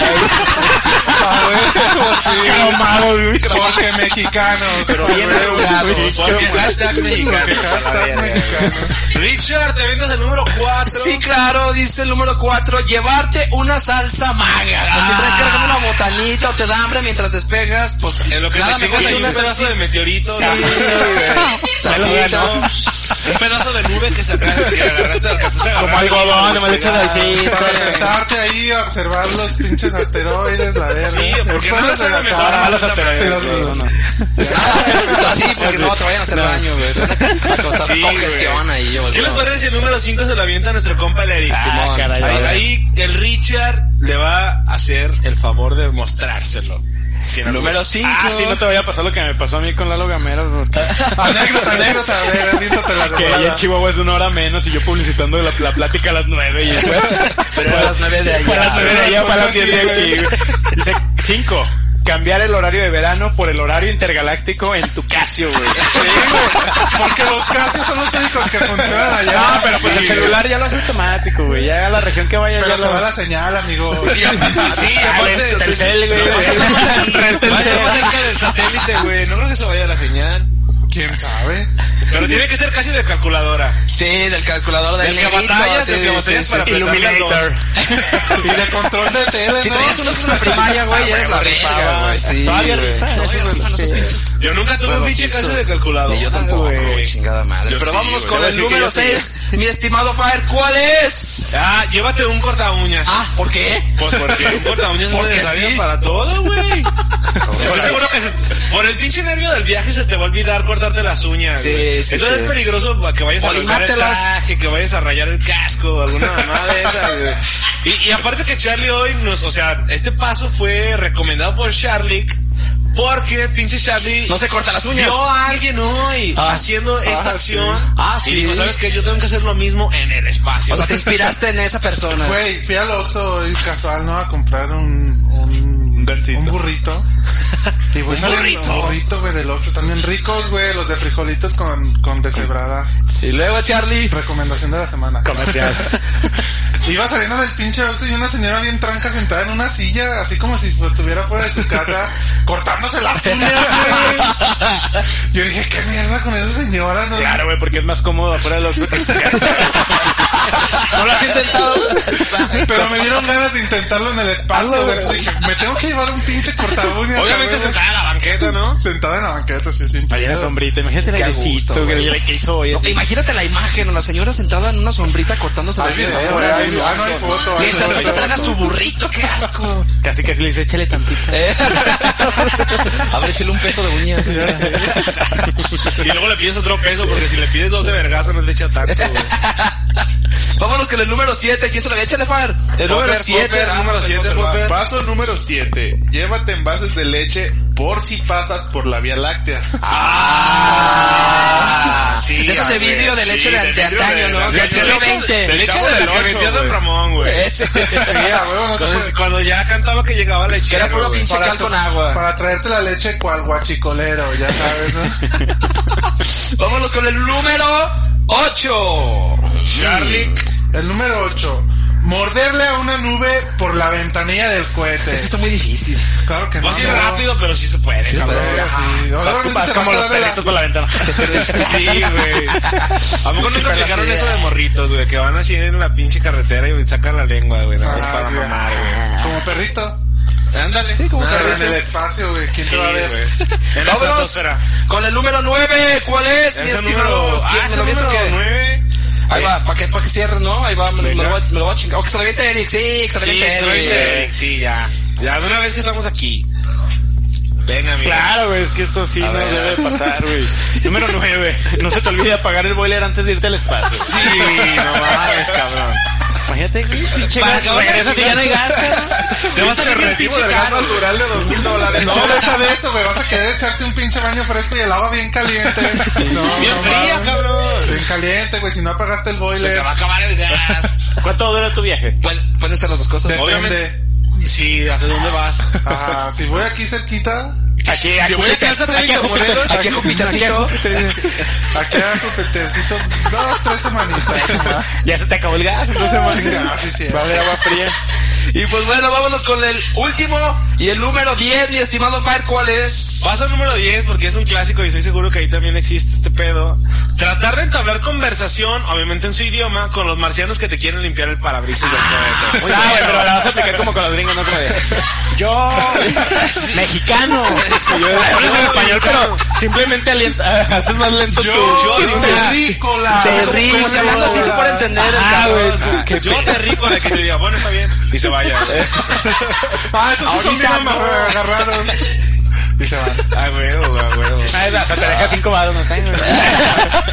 D: Ah, [LAUGHS] huevo, sí.
F: Cromados, güey.
D: Porque mexicanos.
B: Pero bien
D: Huevo,
B: arrugados.
D: sí.
B: Porque hashtag mexicano.
D: Hashtag mexicanos.
C: Richard, te aventas el número cuatro.
B: Sí, claro, dice el número 4, llevarte una salsa maga.
C: Ah.
B: Si traes cargando una botanita o te da hambre mientras despegas, pues
C: En lo que
B: nada
C: te chingas
B: mejor
C: ahí
B: que
C: un
B: una
C: pedazo de meteorito.
B: Sí,
C: ¿no?
B: güey. Salsita.
C: Un pedazo de nube que sacaste, que agarraste, alcanzaste a agarrar.
F: Como algodón, nomás le echas al
D: Para sentarte ahí a observar los pinches asteroides, la verga.
C: Sí, porque
D: Personas
C: no es
D: de la
C: la mejor
D: cara.
C: salsa,
D: pero-
B: Ah, sí, porque no te vayan a hacer daño, güey. Cosa
C: Sí,
B: congestión
C: güey.
B: ahí, güey.
C: ¿Qué les parece si el número 5 se lo avienta a nuestro compa el Eric?
F: Ah,
C: Simón?
F: caray,
C: ahí,
F: vale.
C: ahí el Richard le va a hacer el favor de mostrárselo. Si en algún-
B: Número 5.
F: Ah, sí, no te vaya a pasar lo que me pasó a mí con Lalo Gamero.
D: [LAUGHS]
F: porque-
D: Anécdota, anécdota, a ver, aviéntate la
F: Que allá en
D: rolada.
F: Chihuahua es una hora menos y yo publicitando la, la plática a las nueve y después.
B: Pero a las 9 de
F: Para las
B: allá.
F: nueve de allá, para las diez de aquí. güey. Dice, cinco. Cambiar el horario de verano por el horario intergaláctico en tu Casio, güey.
D: Porque los casos son los únicos que
C: Ah,
D: funcionan allá.
F: No, pero pues
D: Sí,
F: el celular ya lo hace automático, güey. Ya a la región que vaya
D: Pero
F: ya
D: se va
F: lo...
D: la señal, amigo.
B: Sí,
C: pues,
B: este aparte,
F: Renta el cel, güey.
B: este
F: Renta el
C: Vaya
F: cel.
C: más cerca del satélite, güey. No creo que se vaya la señal.
D: ¿Quién sabe?
C: Pero tiene que ser casi de calculadora.
B: Sí, del calculador
D: Pues
B: del
C: Del que
B: negrito,
C: batallas,
B: sí,
C: del que
B: sí,
C: batallas
B: sí.
C: para apretar las
F: Illuminator.
D: [LAUGHS]
C: dos.
D: Y de control de tele,
B: Si
D: ¿no? Ah,
B: traías unos en la primaria, güey, eres la verga, güey. Sí,
F: Todavía
B: güey.
F: rifa,
B: Todavía
F: eso,
B: rifa,
F: güey.
B: no
F: Sí.
B: se pinches
C: Yo nunca tuve un pinche casi de calculadora.
B: Ni yo tampoco,
F: güey.
B: güey, chingada madre.
C: Yo
B: Pero
C: sí,
B: vámonos
C: güey,
B: con
C: yo
B: el
C: sí que
B: número
C: yo sí.
B: 6. Mi estimado Fire, ¿cuál es?
C: Ah, llévate un corta uñas.
B: Ah, ¿por qué?
C: Pues porque un corta uñas es
B: Porque
C: necesario
B: sí.
C: para
B: [LAUGHS]
C: todo, güey. Estoy seguro que se- por el pinche nervio del viaje se te va a olvidar cortarte las uñas.
B: Sí,
C: güey.
B: sí,
C: Entonces
B: sí.
C: es peligroso pa- que vayas a arrancar el
B: Polímatelas.
C: traje, que vayas a rayar el casco, alguna mamada de esas, güey. Y, y aparte que Charlie hoy nos, o sea, este paso fue recomendado por Charlie porque el pinche Charlie
B: No se corta las uñas.
C: vio a alguien hoy
B: Ah.
C: haciendo esta acción
B: Ah, sí.
C: y dijo, ¿sabes qué? Yo tengo que hacer lo mismo en el espacio.
B: O
C: [LAUGHS]
B: sea, te inspiraste en esa persona.
D: Güey, fui al Oxxo hoy casual, ¿no? A comprar un... Un,
E: gansito.
D: un burrito. Y voy
C: Un
D: saliendo-
C: burrito.
D: Un burrito, güey, del Oxxo. También ricos, güey, los de frijolitos con, con deshebrada.
B: Y luego, Charlie.
D: Recomendación de la semana.
F: Comercial.
D: [LAUGHS] Iba saliendo del pinche Oxxo y una señora bien tranca sentada en una silla, así como si estuviera fuera de su casa, cortándose las uñas, güey. Yo dije, ¿qué mierda con esa señora? No,
F: Claro, güey, porque es más cómodo afuera de los...
B: ¿No lo has intentado? Exacto.
D: Pero me dieron ganas de intentarlo en el espacio,
B: Hazlo,
D: güey.
B: güey.
D: Entonces dije, me tengo que llevar un pinche cortabuñas.
C: [LAUGHS] Obviamente
D: güey.
C: sentada en la banqueta, ¿no?
D: sentada en la banqueta, sí, sí.
F: Ahí en la sombrita, imagínate el
B: Qué a gusto,
F: airecito,
B: güey.
F: güey, el que hizo hoy. así.
B: Imagínate la imagen, la señora sentada en una sombrita cortándose
D: Hay
B: las uñas.
D: video, güey, hay- ah, no hay foto. hay
B: Mientras
D: foto.
B: te tragas tu burrito, qué [LAUGHS] asco.
F: Casi casi le dice, échale tantito.
B: Eh. A ver, échale un peso de uñas.
C: Y luego le pides otro peso porque si le pides dos de vergazo no te echa tanto,
F: [LAUGHS]
C: güey.
B: Vámonos con el número 7. ¿Quién se lo echa, Fire? El número
C: Popper,
B: 7.
F: ah,
C: Popper, número 7, Popper.
E: Paso número 7. Llévate envases de leche por si pasas por la Vía Láctea.
B: Ah, de esos de vidrio de leche de, de antaño, ¿no?
C: De
B: Del siglo XX.
C: De
E: Del
C: leche
E: Chavo
C: de
E: del
C: la que
E: Ocho,
C: vendía Don
E: güey.
C: Ramón, güey.
B: Ese.
D: Sí, a huevo, no te
C: Cuando,
D: puedes-
C: cuando ya cantaba que llegaba la
B: Que era puro
C: [LAUGHS]
B: pinche cal con agua.
D: Para traerte la leche cual guachicolero, ya sabes, ¿no?
B: [LAUGHS] Vámonos con el número 8.
C: Charlie.
D: El número 8. Morderle a una nube por la ventanilla del cohete.
B: Eso está muy difícil.
D: Claro que no.
C: Pues sí,
D: no.
C: rápido, pero sí se puede, cabrón.
B: puede.
D: Sí, obviamente
E: Vas
D: te
E: como
D: vas a darle
E: los
D: la-
E: perritos con
C: [LAUGHS]
E: la ventana.
C: Sí, güey. ¿A poco
B: Pinche
C: nunca aplicaron
B: pedacidad.
C: eso de morritos, güey? Que van así en la pinche carretera y sacan la lengua, güey. nada más
D: Ah,
C: para
D: sí.
C: mamar, güey.
D: Como perrito.
C: Ándale.
D: Pero
C: Nada,
D: en el espacio, güey. ¿Quién
C: Sí,
D: te va a ver?
C: güey. En la
B: Vámonos
C: estratosfera.
B: con el número 9. ¿Cuál es, mi
C: Es el
B: estimado?
C: número... Ah,
B: ¿Quieres
C: es
B: que
C: el
B: lo aviente o
C: número
B: qué?
C: nueve.
B: Ahí va, para que, pa' que cierres, ¿no? Ahí va, me, me lo,
C: Venga.
B: voy a- me lo voy a chingar. O que se lo aviente Eric, sí, que se lo
C: Sí,
B: aviente
C: sí,
B: Eric.
C: sí, ya. Ya, de una vez que estamos aquí. Venga, amigo.
F: Claro, güey, es que esto sí no
B: ver.
F: debe de pasar, güey. Número 9. No se te olvide apagar el boiler antes de irte al espacio.
C: Sí, no mames, cabrón.
F: Imagínate, güey, pinche
B: Para
F: gas,
B: que vayas
F: regresas y ya no hay gas.
C: Te vas a
E: Pinche recibo de gas natural de dos mil dólares.
D: No, deja de eso, güey. Vas a querer echarte un pinche baño fresco y el agua bien caliente. No,
C: Bien
D: no
C: fría,
D: mames.
C: cabrón.
D: Bien caliente, güey. Si no apagaste el
B: Se te
D: boiler,
B: va a acabar el gas.
F: ¿Cuánto dura tu viaje?
B: Pueden, pueden ser las dos cosas.
D: depende.
C: Sí, ¿a dónde vas?
D: Ah, si voy aquí cerquita,
F: Aquí, aquí.
B: Si voy a casa de
F: aquí a Júpiter,
B: Morelos, aquí a Júpitercito.
D: aquí a tu petecito, dos, tres semanitas. nomás.
F: Ya se te acabó el gas, entonces
D: Chinga, sí, sí.
F: va a haber agua fría.
B: Y pues bueno, vámonos con el último y el número 10, mi estimado Fire, ¿cuál es?
C: Paso número 10 porque es un clásico y estoy seguro que ahí también existe este pedo. Tratar de entablar conversación, obviamente en su idioma, con los marcianos que te quieren limpiar el parabrisas del cohete.
B: Ah.
F: Muy bien, pero Ah, la vas a aplicar como con los gringos, no como de, Yo, [LAUGHS] mexicano. Yo hablas en español, pero simplemente alienta, [LAUGHS] haces más lento yo, tu...
C: yo,
D: Terrícola.
F: Terrícola.
B: Como si hablando así te fuera a entender el
F: Ah,
B: cabrón.
F: güey, qué
C: Yo
F: pe-
C: te rico de que te diga, bueno, está bien, y se
B: [LAUGHS]
C: vaya.
D: Ah, esos sí son bien amarra- agarraron. Y se van.
C: A huevo, a huevo.
F: Ah, esa, te deja cinco varos, ¿no?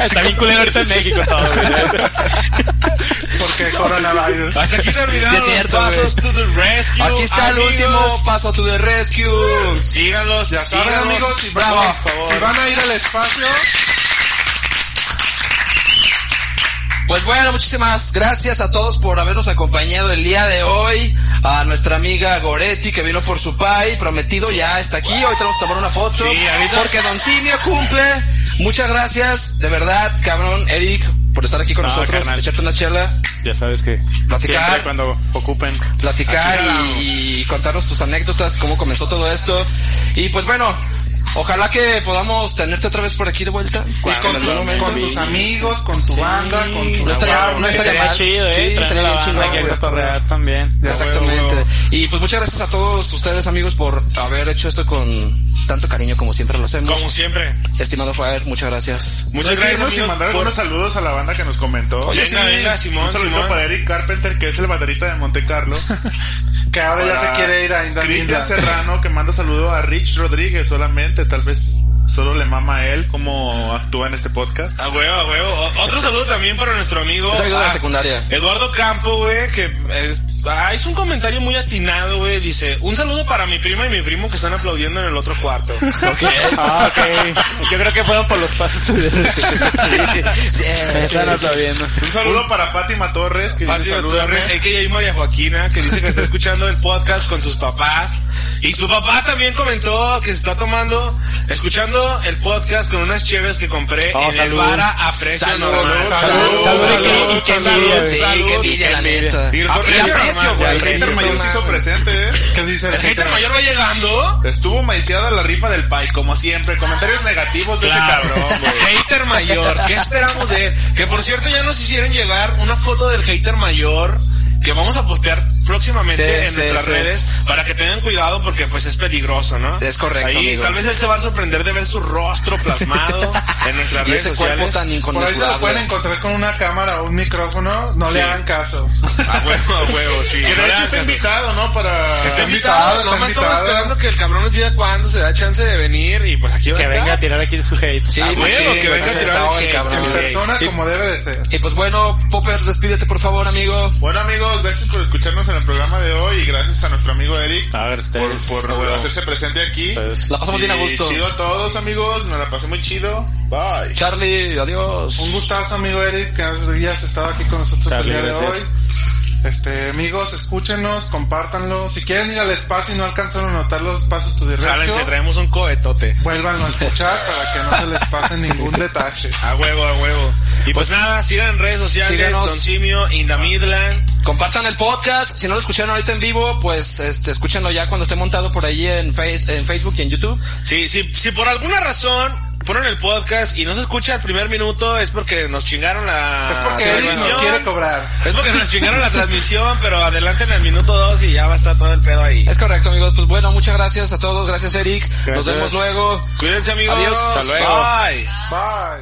D: [LAUGHS]
F: Está bien culero ahorita en México todo, güey.
D: Porque coronavirus.
C: Hasta aquí terminaron
B: Sí, es cierto,
C: los pasos to the rescue.
B: Aquí está el
C: amigos.
B: último paso to the rescue.
C: Síganlos,
D: Ya saben,
C: síganlos.
D: amigos, si,
B: Bravo.
D: por favor, si van a ir al espacio,
B: Pues bueno, muchísimas gracias a todos por habernos acompañado el día de hoy. A nuestra amiga Goretti que vino por su pay, prometido ya está aquí. Hoy tenemos que tomar una foto.
C: Sí, ahorita-
B: Porque Don Simio cumple. Muchas gracias, de verdad, cabrón, Eric, por estar aquí con
F: No,
B: nosotros.
F: carnal.
B: Echarte una chela,
F: Ya sabes que
B: Platicar.
F: siempre cuando ocupen.
B: platicar
C: Aquí andamos.
B: y, y contarnos tus anécdotas, cómo comenzó todo esto. Y pues bueno, ojalá que podamos tenerte otra vez por aquí de vuelta.
D: y con tus, con tus amigos, con tu banda, con tu
B: No estaría, no estaría
F: Estaría
B: mal.
F: chido, eh.
B: Sí,
F: Traer
B: estaría
F: la
B: bien
F: banda
B: chingón,
F: aquí a
B: güey.
F: cotorrear también.
D: Ya,
B: Exactamente. Y pues muchas gracias a todos ustedes amigos por haber hecho esto con tanto cariño como siempre lo hacemos.
C: Como siempre.
B: Estimado Faber, muchas
C: [LAUGHS]
B: gracias.
C: Muchas
E: Hay que
C: gracias,
E: irnos y
C: amigos,
E: mandar
C: por-
E: algunos saludos a la banda que nos comentó.
C: Oye, Venga, sí. venga, Simón,
E: Un saludito
C: Simón.
E: para Eric Carpenter, que es el baterista de Monte [LAUGHS] Carlo.
D: que ahora ya se
E: Para
D: quiere ir a Indonesia.
E: Cristian Serrano, que manda saludos a Rich Rodríguez solamente. Tal vez solo le mama a él como actúa en este podcast.
C: A huevo, a huevo. O- Otro saludo también para nuestro amigo.
B: Un saludo de la
C: ah,
B: secundaria.
C: Eduardo Campo, güey, que es, ah, hizo un comentario muy atinado, güey. Dice, un saludo para mi prima y mi primo que están aplaudiendo en el otro
F: [LAUGHS]
C: cuarto.
F: Ah, ok. Yo creo que fueron por los pasos de
B: Sí, eh, sí.
F: Están aplaudiendo.
E: Un saludo para Fátima Torres, que dice
C: Patio
E: salúdame.
C: Torres, AKA María Joaquina, que dice que está escuchando el podcast con sus papás. Y su papá también comentó que se está tomando, escuchando el podcast con unas cheves que compré
F: Oh,
C: en el
F: salud.
C: Vara a precio
B: Salud,
C: normal.
D: salud,
F: Salud,
D: salud,
F: y qué
C: salud,
F: envidia,
B: Sí,
F: güey.
C: salud.
B: qué envidia, la neta.
E: Y
C: A
E: nosotros-
C: precio normal,
E: El
C: güey.
E: hater mayor se hizo presente, ¿eh?
D: ¿Qué dice el
C: El hater
D: hater?
C: mayor va llegando.
E: Estuvo maiciada la rifa del pay, como siempre. Comentarios negativos de
C: Claro.
E: ese
B: Pues,
E: cabrón, güey.
C: Hater mayor, ¿qué esperamos de él? Que por cierto ya nos hicieron llegar una foto del hater mayor que vamos a postear próximamente
B: Sí,
C: en
B: sí,
C: nuestras
B: sí.
C: redes para que tengan cuidado porque pues es peligroso, ¿no?
B: Es correcto,
C: Ahí
B: amigo.
C: tal vez él se va a sorprender de ver su rostro
B: [LAUGHS]
C: plasmado en nuestras
B: Y
C: redes
B: ese cuerpo
C: sociales.
B: tan
D: Por ahí se lo
B: inconmensurable.
D: pueden encontrar con una cámara o un micrófono. No
C: Sí.
D: le hagan caso.
C: A huevo, Ah,
B: [LAUGHS]
C: a huevo, sí. No
E: Que de
C: le
E: hecho
C: hagas
E: está
C: caso.
E: invitado, ¿no? Para...
C: Está
D: Está
C: invitado,
D: invitado,
C: nomás
D: está
C: estamos
D: invitado.
C: esperando que el cabrón nos diga cuándo se da chance de venir y pues aquí va a
F: Que
C: estar.
F: venga tirar aquí su hate.
B: Sí,
C: Ah,
B: machín,
C: bueno, que venga
B: se
C: a tirar el
B: desahoga el
C: hate,
B: cabrón,
D: En
B: güey.
D: persona como debe de ser.
B: Y pues bueno, Popper, despídete por favor, amigo.
E: Bueno amigos, gracias por escucharnos en el programa de hoy y gracias a nuestro amigo Eric
F: A ver, ustedes.
E: por, por
F: Ah, Bueno,
E: hacerse presente aquí.
F: ustedes.
B: La pasamos bien a
E: Y
B: gusto.
E: Chido a todos amigos, me la pasé muy chido. Bye.
B: Charlie, adiós.
D: Un gustazo, amigo Eric, que hayas estado aquí con nosotros
F: Charlie,
D: el día de
F: gracias.
D: hoy. Este, amigos, escúchenos, compártanlo. Si quieren ir al espacio y no alcanzaron a notar los pasos tu
C: Jálense,
D: directo,
C: traemos un cohetote.
D: vuélvanlo a escuchar para que no se les pase ningún detalle.
C: A huevo, a huevo. Y pues, nada, sigan en redes sociales,
B: Síganos.
C: Don Simio, Indamidland.
B: Compartan el podcast. Si no lo escucharon ahorita en vivo, pues este, escúchenlo ya cuando esté montado por ahí en, face, en Facebook y en YouTube.
C: Sí, sí, si por alguna razón ponen el podcast y no se escucha el primer minuto, es porque nos chingaron la
D: Es porque Eric nos
C: transmisión.
D: quiere cobrar.
C: Es porque nos chingaron la transmisión, pero adelante en el minuto 2 y ya va a estar todo el pedo ahí.
B: Es correcto, amigos. Pues bueno, muchas gracias a todos. Gracias, Eric. Nos
F: Gracias.
B: vemos luego.
C: Cuídense amigos.
B: Adiós. Hasta luego.
C: Bye.
D: Bye.